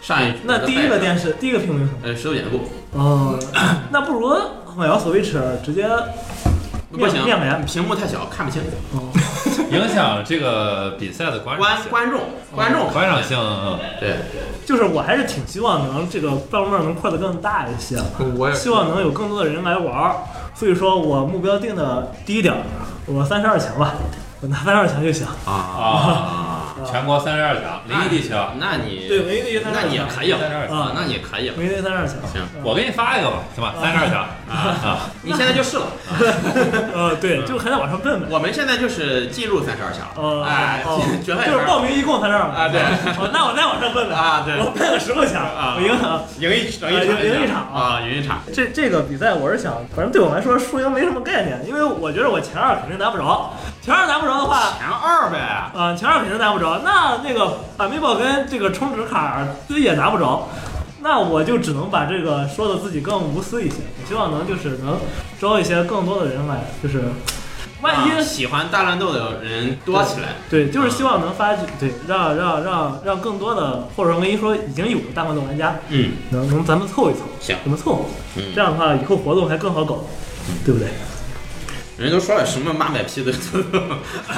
Speaker 1: 上一
Speaker 2: 哦那第一个
Speaker 1: 电
Speaker 2: 电视，第一个屏幕用什么？
Speaker 1: 呃十六减部
Speaker 2: 哦， 那不如我要 Switch 直接
Speaker 1: 不行，
Speaker 2: 面面
Speaker 1: 屏幕太小看不清。
Speaker 2: 哦，
Speaker 4: 影响这个比赛的观赏
Speaker 1: 观
Speaker 4: 性。
Speaker 1: 观众
Speaker 2: 哦
Speaker 1: 观众
Speaker 4: 观赏性，
Speaker 2: 啊
Speaker 4: 嗯
Speaker 1: 对
Speaker 2: 就是我还是挺希望能这个办公能扩得更大一些，
Speaker 3: 我也
Speaker 2: 希望能有更多的人来玩儿。所以说我目标定的低一点儿，我三十二强吧，我拿三十二强就行。
Speaker 1: 啊，
Speaker 4: 全国三十二强，临沂地区啊，
Speaker 1: 那你
Speaker 2: 对，唯一的一三十
Speaker 1: 那
Speaker 2: 二
Speaker 1: 你也
Speaker 2: 强，
Speaker 1: 可以
Speaker 4: 32
Speaker 1: 了
Speaker 4: 强
Speaker 1: 啊，那你也可以了。
Speaker 2: 唯一的一三十二强。
Speaker 1: 行
Speaker 4: 我给你发一个吧，行吧，三十 二强啊
Speaker 1: 你现在就是了，
Speaker 2: 呃，对，就是还得往上奔呗。
Speaker 1: 我们现在就是进入三十二强
Speaker 2: 哦
Speaker 1: 了，哎
Speaker 2: 哦，
Speaker 1: 决赛
Speaker 2: 就是
Speaker 1: 圈
Speaker 2: 报名一共三十二
Speaker 1: 啊，对。
Speaker 2: 哦，那我再往上奔呗。
Speaker 1: 啊，对，
Speaker 2: 我奔个十六强，
Speaker 1: 啊
Speaker 2: 我赢了。
Speaker 1: 赢一场
Speaker 2: 啊赢赢一场
Speaker 1: 啊，赢一场，
Speaker 2: 这这个比赛，我是想，反正对我来说输赢没什么概念，因为我觉得我前二肯定拿不着，前二拿不着的话，
Speaker 1: 前二呗。
Speaker 2: 啊、前二肯定拿不着，那那个板面豹跟这个充值卡也拿不着，那我就只能把这个说的自己更无私一些，我希望能就是能招一些更多的人来，就是万一、
Speaker 1: 啊喜欢大乱斗的人多起来，
Speaker 2: 对，就是希望能发掘对，让让让让更多的，或者我跟你说已经有的大乱斗玩家，
Speaker 1: 嗯，
Speaker 2: 能能咱们凑一凑，
Speaker 1: 行
Speaker 2: 咱们凑合，
Speaker 1: 嗯
Speaker 2: 这样的话以后活动还更好搞，对不对？
Speaker 1: 人都说了什么妈卖批的，
Speaker 3: 哎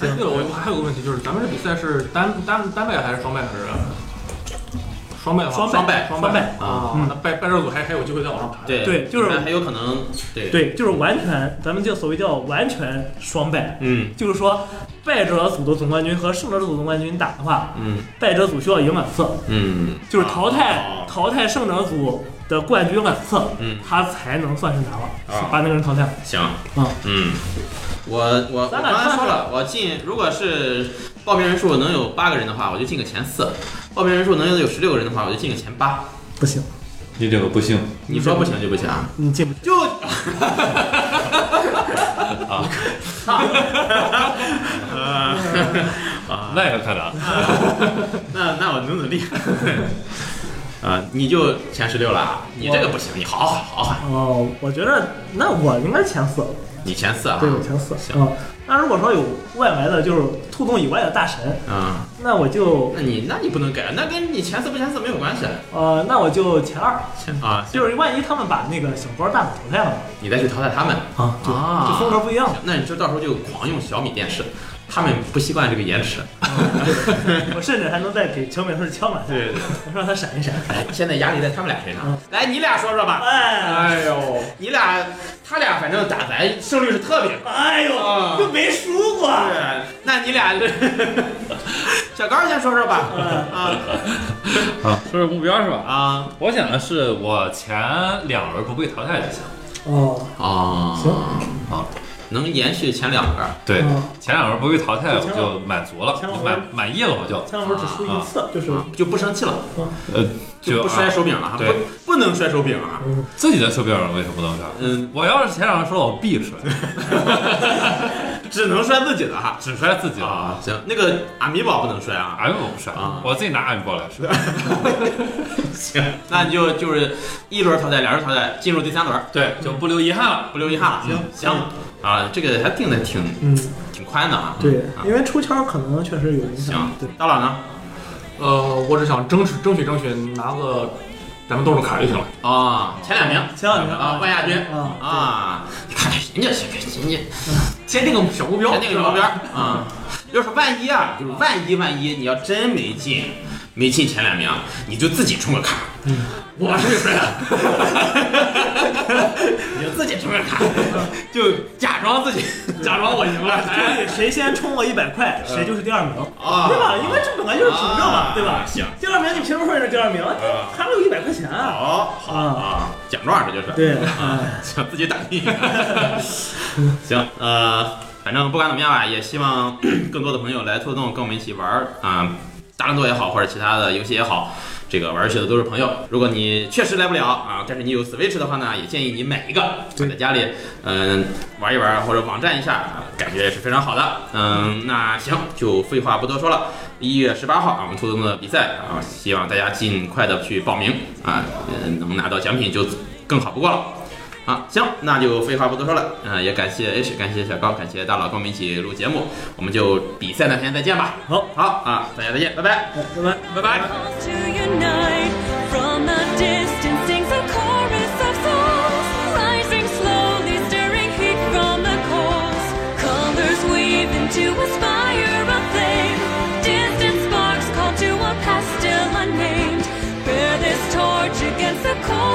Speaker 3: 对了，我我还有个问题，就是咱们这比赛是单单单败还是双败还是？双败的话，
Speaker 2: 双
Speaker 1: 败
Speaker 3: 双
Speaker 2: 双败
Speaker 3: 败啊
Speaker 2: 嗯！
Speaker 3: 那败败者组还还有机会再往上爬。
Speaker 1: 对
Speaker 2: 对就是
Speaker 1: 一般还有可能，对，
Speaker 2: 对，就是完全，咱们就所谓叫完全双败，
Speaker 1: 嗯
Speaker 2: 就是说败者组的总冠军和胜者组总冠军打的话，
Speaker 1: 嗯
Speaker 2: 败者组需要赢两次，
Speaker 1: 嗯，
Speaker 2: 就是淘汰
Speaker 1: 啊
Speaker 2: 淘汰胜者组的冠军两次，
Speaker 1: 嗯
Speaker 2: 他才能算是拿了
Speaker 1: 啊，
Speaker 2: 把那个人淘汰。
Speaker 1: 行，
Speaker 2: 嗯
Speaker 1: 嗯，我我我
Speaker 2: 咱
Speaker 1: 刚
Speaker 2: 俩
Speaker 1: 才
Speaker 2: 算
Speaker 1: 说
Speaker 2: 是
Speaker 1: 了，我进如果是报名人数能有八个人的话，我就进个前四；报名人数能有十六个人的话，我就进个前八。
Speaker 2: 不行，
Speaker 4: 你这个不行，
Speaker 1: 你说不行就不行 啊？
Speaker 2: 你进不去。
Speaker 1: 就
Speaker 4: 啊，啊那有可能，
Speaker 1: 那那我努努力。 啊，你就前十六了啊？你这个不行，你好好好好，
Speaker 2: 哦，我觉得那我应该前四，
Speaker 1: 你前四啊？
Speaker 2: 对我前四。
Speaker 1: 行
Speaker 2: 嗯，那如果说有外来的，就是兔洞以外的大神，
Speaker 1: 啊，
Speaker 2: 那我就
Speaker 1: 那你那你不能改，那跟你前四不前四没有关系。啊
Speaker 2: 呃，那我就前二，
Speaker 1: 前啊，就
Speaker 2: 就是万一他们把那个小包大佬淘汰了
Speaker 1: 你再去淘汰他们。
Speaker 2: 啊，就
Speaker 1: 啊
Speaker 2: 就风格不一样。
Speaker 1: 那你就到时候就狂用小米电视，他们不习惯这个延迟。
Speaker 2: 我甚至还能再给小美同志敲两下，
Speaker 1: 对对对，
Speaker 2: 让他闪一闪。
Speaker 1: 哎，现在压力在他们俩身上
Speaker 2: 嗯。
Speaker 1: 来，你俩说说吧，
Speaker 2: 哎，
Speaker 3: 哎呦，
Speaker 1: 你俩他俩反正打咱胜率是特别高。啊
Speaker 2: 哎呦，就没输过。啊
Speaker 1: 对，那你俩这小高先说说吧。
Speaker 4: 啊，说说目标是吧？
Speaker 1: 啊啊
Speaker 4: 我想的是，我前两轮不被淘汰就行。
Speaker 2: 哦，
Speaker 1: 啊！
Speaker 2: 行
Speaker 4: 啊，
Speaker 1: 能延续前两个。
Speaker 4: 对
Speaker 2: 嗯，
Speaker 4: 前两轮不被淘
Speaker 2: 前
Speaker 4: 汰，我
Speaker 2: 两轮
Speaker 4: 就满足了，
Speaker 2: 前两
Speaker 4: 就
Speaker 2: 轮
Speaker 4: 满满意了，我就
Speaker 2: 前两轮只输一次，就是
Speaker 1: 啊就不生气了，
Speaker 4: 呃
Speaker 1: 就不
Speaker 4: 啊
Speaker 1: 摔手柄了，
Speaker 4: 对
Speaker 1: 不不能摔手柄啊。
Speaker 4: 自己的手柄为什么不能摔？
Speaker 1: 嗯，
Speaker 4: 我要是前两轮说，我必摔，
Speaker 1: 只能摔自己的哈。
Speaker 4: 只摔自己的
Speaker 1: 啊
Speaker 4: 啊，，
Speaker 1: 行，那个阿米宝不能摔啊。
Speaker 4: 俺我不摔
Speaker 1: 啊，
Speaker 4: 我自己拿俺包来摔。
Speaker 1: 行，那你就就是一轮淘汰，两轮淘汰，进入第三轮，
Speaker 4: 对，就不留遗憾了。
Speaker 1: 不留遗憾了。行行啊，这个还定的挺
Speaker 2: 嗯，
Speaker 1: 挺宽的啊。
Speaker 2: 对
Speaker 1: 啊，
Speaker 2: 因为出圈可能确实有影
Speaker 1: 行
Speaker 2: 响。对，，
Speaker 1: 大佬呢？
Speaker 3: 呃，我只想争取争取争取拿个咱们动手卡就行了。
Speaker 1: 啊，前两名
Speaker 2: 前两名
Speaker 1: 啊，冠亚军
Speaker 2: 啊
Speaker 1: 啊，你看人家是人 家
Speaker 3: 先定个小目 标，
Speaker 1: 前定个目标啊，就是万一啊，就是万一万一你要真没进，没进前两名，你就自己充个卡。
Speaker 3: 我是谁？
Speaker 1: 你就自己充个卡， 就假装自己嗯 假装我赢了。哎
Speaker 2: 啊所以谁先充我一百块，谁就是第二名，
Speaker 1: 嗯啊，
Speaker 2: 对吧？因为这本来就是凭证嘛，对吧？
Speaker 1: 行，
Speaker 2: 第二名你凭什么说人是第二名？还有一百块钱啊！
Speaker 1: 好，好啊，奖状这就是。
Speaker 2: 对，哎
Speaker 1: 啊， 想自己打拼。 行，呃，反正不管怎么样吧，也希望 更多的朋友来兔洞跟我们一起玩儿啊、大乱斗也好，或者其他的游戏也好。这个玩游戏的都是朋友。如果你确实来不了啊，但是你有 Switch 的话呢，也建议你买一个，
Speaker 2: 对
Speaker 1: 在家里嗯、玩一玩或者网站一下，啊感觉也是非常好的。嗯，那行，就废话不多说了。一月十八号啊，我们兔洞的比赛啊，希望大家尽快的去报名啊，呃能拿到奖品就更好不过了。啊，行，那就废话不多说了，嗯、也感谢 H，感谢小高，感谢大佬跟我们一起录节目，我们就比赛那天再见吧。
Speaker 2: 好，
Speaker 1: 好啊，大家再见，拜拜，
Speaker 2: 拜拜。
Speaker 1: 拜拜。
Speaker 5: to unite from a distance sings a chorus of souls rising slowly stirring heat from the coals colors weave into a spire of flame distant sparks call to a past still unnamed bear this torch against the cold